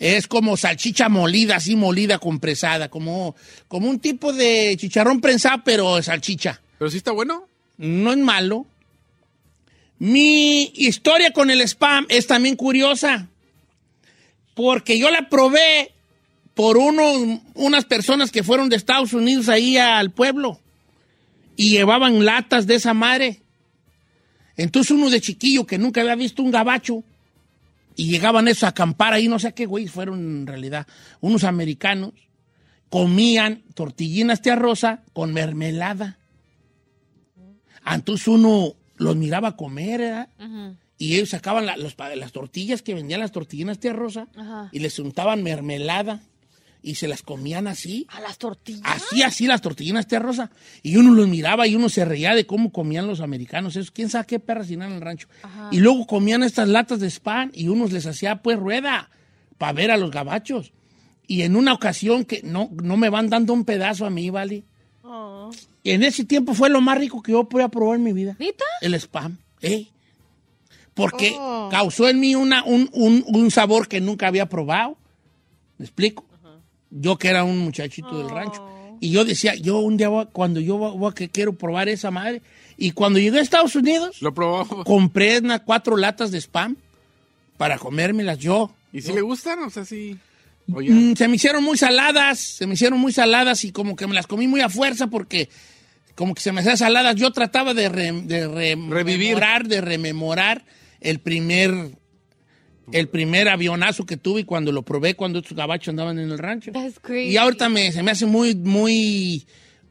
A: Es como salchicha molida, así molida, compresada, como, como un tipo de chicharrón prensado, pero salchicha.
D: ¿Pero sí está bueno?
A: No es malo. Mi historia con el spam es también curiosa, porque yo la probé por unos, unas personas que fueron de Estados Unidos ahí al pueblo y llevaban latas de esa madre. Entonces uno de chiquillo que nunca había visto un gabacho y llegaban esos a acampar ahí, no sé qué güey fueron en realidad, unos americanos, comían tortillinas de rosa con mermelada. Entonces uno los miraba comer, ¿verdad?
B: Ujú.
A: Y ellos sacaban la- los pa- las tortillas que vendían las tortillinas tía rosa
B: Ajá.
A: y les untaban mermelada y se las comían así.
B: A las tortillas.
A: Así, así las tortillinas tía rosa. Y uno los miraba y uno se reía de cómo comían los americanos. Eso, quién sabe qué perras tenían en el rancho. Y luego comían estas latas de spam y unos les hacía pues rueda para ver a los gabachos. Y en una ocasión que no, no me van dando un pedazo a mí, ¿vale? En ese tiempo fue lo más rico que yo podía probar en mi vida.
B: ¿Neta?
A: El spam, ¿eh? Porque causó en mí una, un, un- un sabor que nunca había probado. ¿Me explico? Yo que era un muchachito del rancho. Y yo decía, yo un día voy a- cuando yo voy a- voy a que quiero probar esa madre. Y cuando llegué a Estados Unidos,
D: Lo probó.
A: compré unas cuatro latas de spam para comérmelas yo.
D: ¿Y si le gustan? O sea, sí. Oye,
A: Mm, se me hicieron muy saladas, se me hicieron muy saladas y como que me las comí muy a fuerza porque como que se me hacían saladas. Yo trataba de, re- de re-
D: Revivir.
A: rememorar, de rememorar el primer, el primer avionazo que tuve cuando lo probé cuando estos gabachos andaban en el rancho.
B: That's crazy.
A: Y ahorita me, se me hace muy, muy,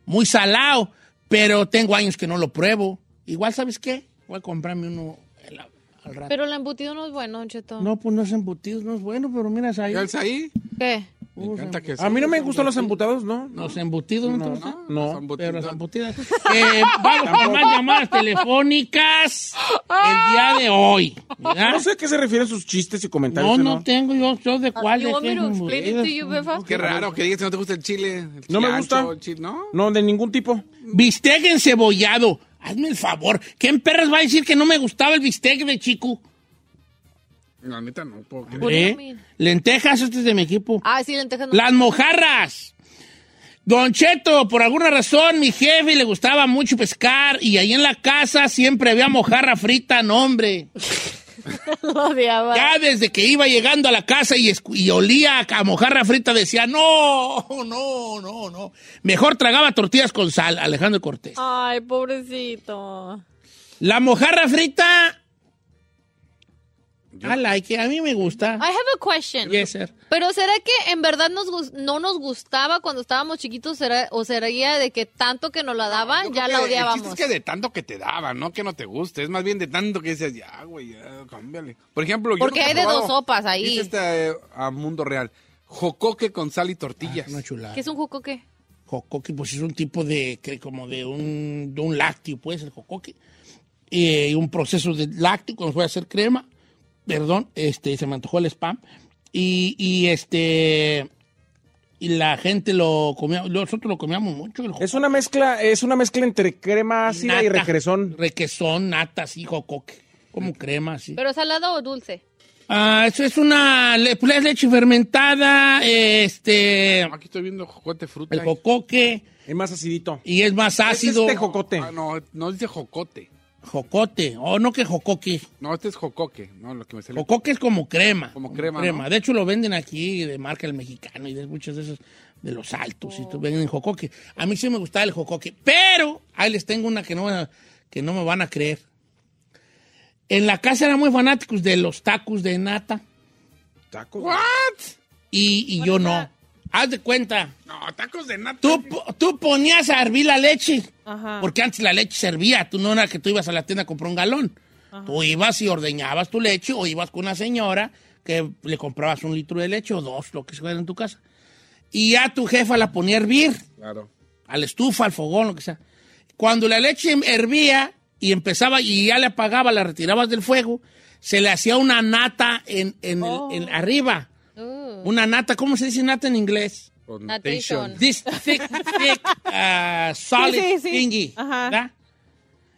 A: muy salado, pero tengo años que no lo pruebo. Igual, ¿sabes qué? Voy a comprarme uno el- al rato.
B: Pero el embutido no es bueno, Cheto.
A: no, pues no es embutidos, no es bueno, pero mira, ahí.
D: ¿Ya ves ahí?
B: ¿Qué?
D: Me encanta que
C: A mí no me gustan los embutados, ¿no?
A: Los embutidos, no, te gustan?
C: No.
A: Pero las embutidas. <laughs> Eh, vamos con más llamadas telefónicas el día de hoy. ¿verdad?
C: No sé a qué se refieren sus chistes y
A: No,
C: comentarios.
A: no tengo yo, yo de cuál
B: you
A: de
B: want me
A: qué
B: to explain it to
A: embutidas.
B: you, Befa?
D: Qué raro que digas que no te gusta el chile. el
C: No me
D: chile
C: gusta.
D: ancho, el chile- ¿No?
C: No, de ningún tipo.
A: Bistec encebollado. Hazme el favor. ¿Quién perras va a decir que no me gustaba el bistec de chico?
D: La neta no puedo creer.
B: What do you
A: ¿Eh?
B: mean?
A: Lentejas, este es de mi equipo.
B: Ah, sí, lentejas no.
A: Las mojarras. Don Cheto, por alguna razón, mi jefe le gustaba mucho pescar y ahí en la casa siempre había mojarra frita, no hombre.
B: <laughs> Lo odiaba.
A: Ya desde que iba llegando a la casa y, escu- y olía a mojarra frita, decía, no, no, no, no. Mejor tragaba tortillas con sal, Alejandro Cortés.
B: Ay, pobrecito.
A: La mojarra frita. I like it, a mí me gusta.
B: I have a question.
A: Yes, sir.
B: Pero ¿será que en verdad nos gus- no nos gustaba cuando estábamos chiquitos? ¿Será, ¿O sería de que tanto que nos la daban,
D: Yo
B: ya
D: creo
B: la
D: que El
B: odiábamos?
D: chiste es que de tanto que te daban, no que no te guste. Es más bien de tanto que dices, ya, güey, ya, cámbiale. Por ejemplo, yo
B: Porque
D: nunca
B: hay
D: he
B: de dos
D: probado-
B: sopas ahí.
D: Dice este, eh, a mundo real. Jocoque con sal y
C: Ah,
D: tortillas.
A: Una chulada.
B: ¿Qué es un jocoque?
A: jocoque, pues es un tipo de, que como de un, de un lácteo, pues, el jocoque. Eh, un proceso de lácteo, cuando voy a hacer crema, perdón, este, se me antojó el spam. Y, y, este, y la gente lo comía, nosotros lo comíamos mucho, el jocoque.
C: Es una mezcla, es una mezcla entre crema ácida y
A: Nata.
C: requesón.
A: Requesón, nata, sí, jocoque. Como crema, así.
B: ¿Pero salado o dulce?
A: Ah, eso es una le- pues, es leche fermentada, este,
D: Aquí estoy viendo jocote fruta.
A: el jocoque,
C: Es más acidito.
A: y es más ácido.
C: Este jocote.
D: Ah, no, no dice jocote.
A: Jocote, oh, no que jocoque.
D: No, este es jocoque. No, lo que me sale.
A: Jocoque es como crema.
D: Como crema, ¿no?
A: De hecho, lo venden aquí de marca El Mexicano y de muchos de esos de los altos. Y tú venden jocoque. A mí sí me gustaba el jocoque, pero ahí les tengo una que no, van a- que no me van a creer. En la casa eran muy fanáticos de los tacos de nata
C: Tacos.
A: y, y yo no. Haz de cuenta.
D: No, tacos de nata.
A: Tú, po- tú ponías a hervir la leche.
G: Ajá.
A: Porque antes la leche servía. Tú no era que tú ibas a la tienda a comprar un galón. Tú ibas y ordeñabas tu leche o ibas con una señora que le comprabas un litro de leche o dos, lo que se fuera en tu casa. Y ya tu jefa la ponía a hervir.
D: Claro.
A: A la estufa, al fogón, lo que sea. Cuando la leche hervía y empezaba y ya le apagaba, la retirabas del fuego, se le hacía una nata en, en el- en arriba. Una nata, ¿cómo se dice nata en inglés?
D: Con
B: Natation.
D: tension.
A: This thick, thick, uh, solid
G: Sí, sí, sí.
A: thingy,
G: Ajá.
A: ¿verdad?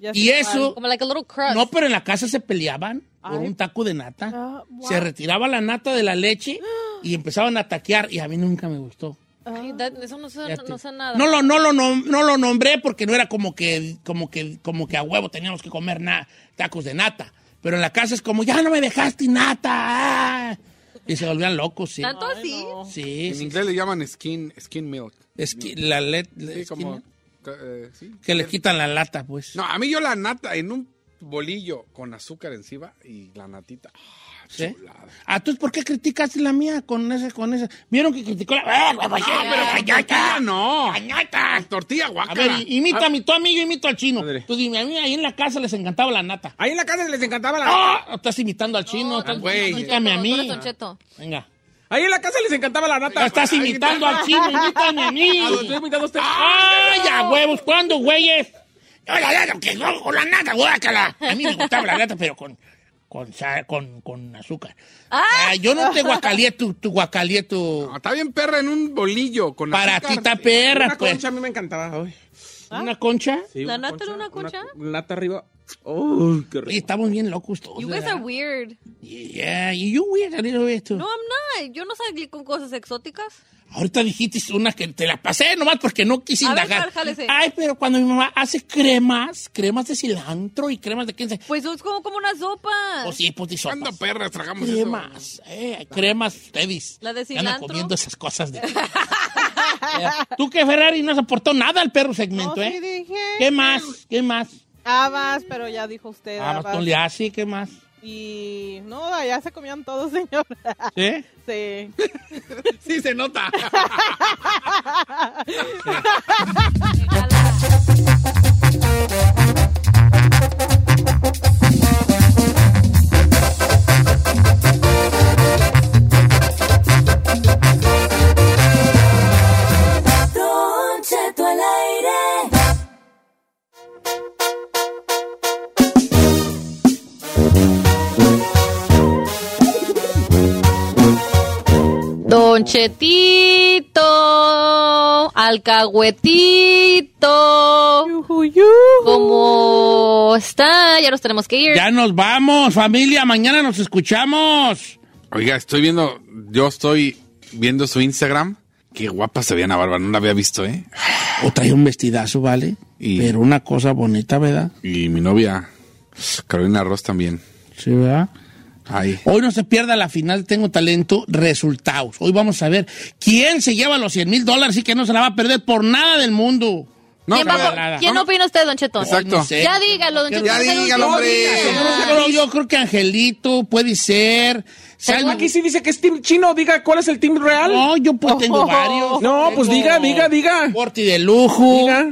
G: Ya
A: Y
G: sé
A: eso,
B: Como like a little crust.
A: no, pero en la casa se peleaban por un taco de nata.
G: Ah, wow.
A: Se retiraba la nata de la leche y empezaban a taquear y a mí nunca me gustó.
B: Ay, that- eso no suena,
A: Fíjate.
B: no suena nada.
A: No lo, no, lo nom- no lo nombré porque no era como que, como que, como que a huevo teníamos que comer na- tacos de nata. Pero en la casa es como, ya no me dejaste nata. ah". Y se volvían locos, sí.
B: ¿Tanto así?
A: Sí,
D: En
A: sí.
D: inglés le llaman skin, skin milk.
A: Es que la let- la
D: Sí, como.
A: esquina,
D: eh, sí.
A: que le quitan la lata, pues.
D: No, a mí yo la nata en un bolillo con azúcar encima y la natita. Ah,
A: ¿Sí?
D: chulada.
A: Ah, ¿tú por qué criticaste la mía con esa, con esa? ¿Vieron que criticó la... ¡Eh, huevo,
D: No,
A: ya,
D: pero cañata no.
A: ¡Cañata!
D: Tortilla Ah,
A: A
D: guacala.
A: ver, imita a mi tu amigo, imito al chino.
C: Ándale.
A: Tú dime, a mí ahí en la casa les encantaba la nata.
C: Ahí en la casa les encantaba la
A: ¡Ah! Estás imitando al chino.
B: No,
A: estás-
B: no, no,
D: güey.
B: no,
A: Imítame a
B: no,
A: mí.
B: no, Don Cheto.
A: Venga.
C: Ahí en la casa les encantaba la
A: Ya
C: nata.
A: estás imitando al chino, imítame a mí.
C: Ah, lo estoy imitando a usted.
A: ¡Ay, a huevos! ¿Cuándo, güeyes? Hola, nata, que no, con ¡Ah! la nata, guácala. A mí me gustaba la nata, pero con, con, sal- con, con azúcar. Ah, yo no te guacalié tu, tu guacalié tu...
D: No, está bien perra en un bolillo con
A: Para ti,
D: azúcar.
A: ta perra,
C: Una
A: pues.
C: concha a mí me encantaba. Ay,
A: ¿Una concha?
C: sí,
B: ¿La
C: una
B: nata era una concha?
C: nata arriba. Uy, qué
A: Oye,
C: rico.
A: estamos bien locos todos.
B: You guys
A: ¿verdad?
B: are weird.
A: Yeah, y yo voy a salir de esto.
B: No, I'm not. Yo no salí con cosas exóticas.
A: Ahorita dijiste una que te la pasé nomás porque no quise
B: A ver,
A: indagar.
B: ¿cuál, jálese?
A: Ay, pero cuando mi mamá hace cremas, cremas de cilantro y cremas de quince.
B: Pues es como, como una sopa.
A: Pues sí, pues de sopas.
D: ¿Cuándo perras tragamos eso?
A: Cremas, eh, cremas ustedes.
B: La de
A: Ya andan
B: cilantro.
A: comiendo esas cosas
B: <laughs>
A: de... Tú que Ferrari no aportó nada al perro segmento,
G: No, sí
A: ¿eh?
G: dije.
A: ¿Qué más? ¿Qué más?
G: Habas, pero ya dijo usted.
A: Ah,
G: habas.
A: bastón le hace, ¿qué más?
G: Y no, allá se comían todos, <laughs> señor.
A: ¿Sí?
G: Sí.
D: Sí, se nota.
B: Conchetito, alcahuetito. ¿Cómo está? Ya nos tenemos que ir.
A: <laughs> Ya nos vamos, familia. Mañana nos escuchamos.
D: Oiga, estoy viendo, yo estoy viendo su Instagram. Qué guapa se veía Ana Bárbara, no la había visto, ¿eh?
A: O trae un vestidazo, ¿vale?
D: Y-
A: Pero una cosa bonita, ¿verdad?
D: Y mi novia, Carolina Ross también.
A: Sí, ¿verdad?
D: Ay.
A: Hoy no se pierda la final Tengo Talento Resultados. Hoy vamos a ver quién se lleva los 100 mil dólares y que no se la va a perder por nada del mundo.
D: No,
B: ¿Quién,
D: no,
B: va-
D: no, no,
B: quién
D: no.
B: opina usted, Don Cheto?
D: Exacto.
A: No sé.
B: Ya dígalo, Don Cheto.
D: Ya
B: no sea el
D: dígalo,
B: último.
D: hombre.
A: Yo creo- yo creo que Angelito puede ser. Salma-
C: Aquí sí dice que es team chino, diga cuál es el team real.
A: No, yo pues, tengo varios.
C: No, pues
A: Tengo
C: diga, diga, diga.
A: Porti de lujo.
C: Diga.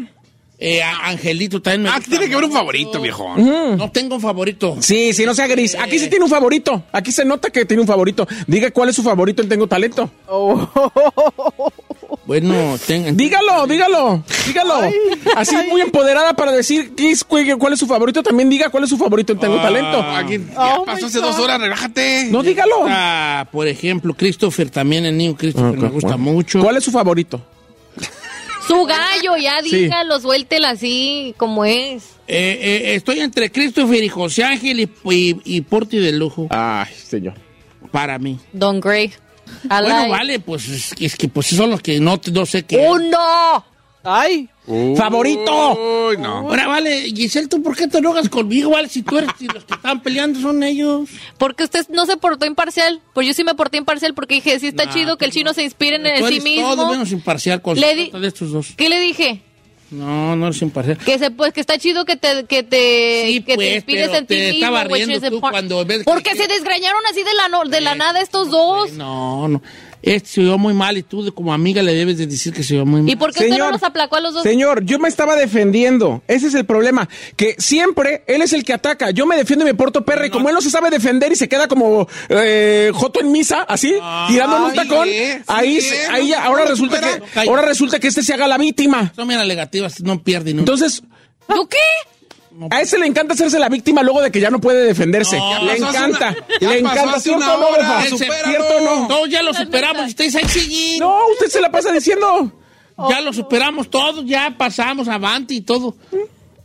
A: Eh, a- Angelito también me
D: Ah,
A: gusta
D: tiene que haber un
A: mucho.
D: favorito, viejo.
A: No tengo un favorito.
C: Sí, sí, no sea gris. Aquí sí tiene un favorito. Aquí se nota que tiene un favorito. Diga cuál es su favorito en Tengo Talento.
A: Bueno, tengo.
C: Dígalo, dígalo, dígalo. Así muy empoderada para decir qué es- cu- cuál es su favorito. También diga cuál es su favorito en Tengo Talento.
D: Aquí, ya
G: Oh, my
D: pasó hace
G: God.
D: dos horas, relájate.
C: No, dígalo.
A: Ah, por ejemplo, Christopher también, el niño Christopher me gusta mucho.
C: ¿Cuál es su favorito?
B: Su gallo, ya
C: Sí.
B: dígalo, suéltela así como es.
A: Eh, eh, estoy entre Christopher y José Ángel y, y- y Porti de lujo
C: Ay, señor.
A: para mí.
B: Don Grey. I
A: Bueno,
B: like.
A: vale, pues es que, es que, pues son los que no, no sé qué. Uh.
B: ¡Uno!
G: Ay,
D: Uy,
C: ¡Favorito!
D: Uy, no.
A: Ahora, vale, Giselle, ¿tú por qué te enojas conmigo, vale? Si tú eres, si los que están peleando son ellos.
B: Porque usted no se portó imparcial. Pues yo sí me porté imparcial porque dije, sí está chido que el chino se inspire en
A: pues Tú
B: el sí
A: eres todo
B: mismo.
A: menos imparcial con
B: Le di-
A: de estos dos.
B: ¿Qué le dije?
A: No, no eres imparcial.
B: Que se pues que está chido que te que te,
A: Sí,
B: que
A: pues,
B: te inspires
A: pero
B: en ti
A: te
B: mismo,
A: estaba
B: güey,
A: riendo
B: chino,
A: tú
B: se pon-
A: cuando ves que-
B: Porque se desgrañaron así de la no- de la nada estos dos.
A: No, no. Este se oyó muy mal y tú de- como amiga le debes de decir que se oyó muy mal.
B: ¿Y por qué usted no
C: Señor,
B: los aplacó a los dos?
C: Señor, yo me estaba defendiendo. Ese es el problema. Que siempre él es el que ataca. Yo me defiendo y me porto perra. Y como él no se sabe defender y se queda como eh, Joto en misa, así, tirándole un
D: Ah, sí,
C: tacón,
D: sí,
C: ahí,
D: sí,
C: se-
D: no,
C: ahí ya-
D: no,
C: ahora
D: no,
C: resulta
D: espera.
C: que
A: No, calla.
C: ahora resulta que este se haga la víctima.
A: Son bien negativas, no pierde ni un-
C: Entonces,
B: ¿Yo qué?
C: a ese le encanta hacerse la víctima luego de que ya no puede defenderse.
A: No,
C: le
D: pasó hace
C: encanta.
D: una- ya
C: le
D: pasó
C: encanta.
D: hace
C: ¿Cierto
D: una
C: o no,
D: hora,
C: Rafa?
A: Ese-
C: ¿Cierto o no?
A: Todos ya lo superamos. y Ustedes ahí siguen.
C: No, usted se la pasa diciendo.
A: Ya lo superamos todos, ya pasamos avante y todo.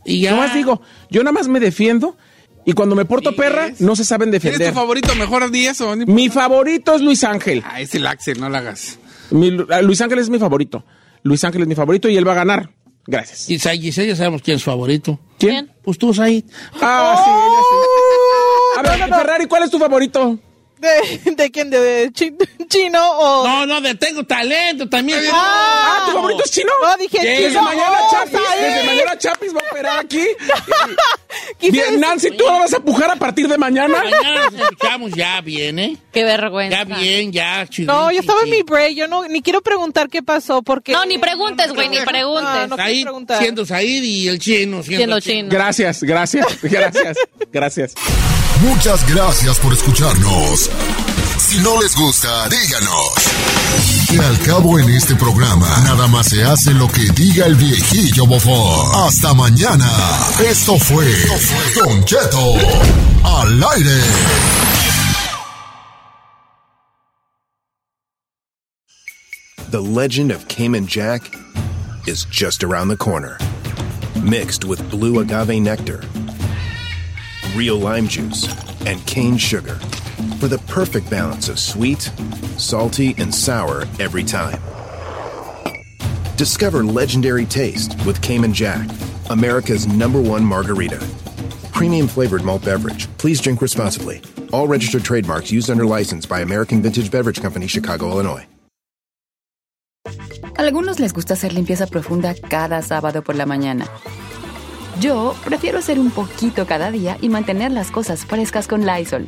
A: Y ya
C: Nada más digo, yo nada más me defiendo y cuando me porto
D: Sí,
C: perra,
D: es.
C: no se saben
D: ¿Quién es
C: defender.
D: tu favorito? Mejor di eso. ni-
C: Mi favorito es Luis Ángel.
D: Ah, es el Axel, no la hagas.
C: Mi- ah, Luis Ángel es mi favorito. Luis Ángel es mi favorito y él va a ganar. Gracias.
A: Y Sa- Giselle ya sabemos quién es su favorito.
C: ¿Quién?
A: Pues tú, Said.
C: Ah, sí,
G: ¡Oh!
C: ya sé. A ver, Ferrari, ¿cuál es tu favorito?
G: ¿de, de quién? ¿De, de chi- chino o...?
A: No, no, de tengo talento también.
C: Ah, ¿tu favorito es chino?
G: No, dije
C: Sí,
G: chino.
C: Desde mañana
G: Oh,
C: Chapis,
G: Said.
C: desde mañana Chapis va a operar
G: <laughs>
C: aquí.
G: Quise
C: Bien,
G: decir-
C: Nancy, ¿tú ahora vas a pujar a partir de mañana?
A: Mañana nos escuchamos ya bien, ¿eh?
B: Qué
A: Ya
B: vergüenza.
A: bien, ya chido.
G: No, yo estaba en mi
A: chido.
G: break, yo no, ni quiero preguntar qué pasó, porque...
B: No, ni preguntes, güey, ni preguntes.
G: No, no.
A: Said
G: preguntar.
A: siendo Said y el chino siendo,
B: Siendo
A: chino.
B: chino.
C: Gracias, gracias, gracias, gracias.
I: Muchas gracias por escucharnos. Si no les gusta, díganos. Que al cabo en este programa, nada más se hace lo que diga el viejillo bofón. Hasta mañana. Esto fue Don Cheto al aire.
J: The legend of Cayman Jack is just around the corner. Mixed with blue agave nectar, real lime juice, and cane sugar for the perfect balance of sweet, salty, and sour every time. Discover legendary taste with Cayman Jack, America's number one margarita. Premium flavored malt beverage. Please drink responsibly. All registered trademarks used under license by American Vintage Beverage Company, Chicago, Illinois.
K: Algunos les gusta hacer limpieza profunda cada sábado por la mañana. Yo prefiero hacer un poquito cada día y mantener las cosas frescas con Lysol.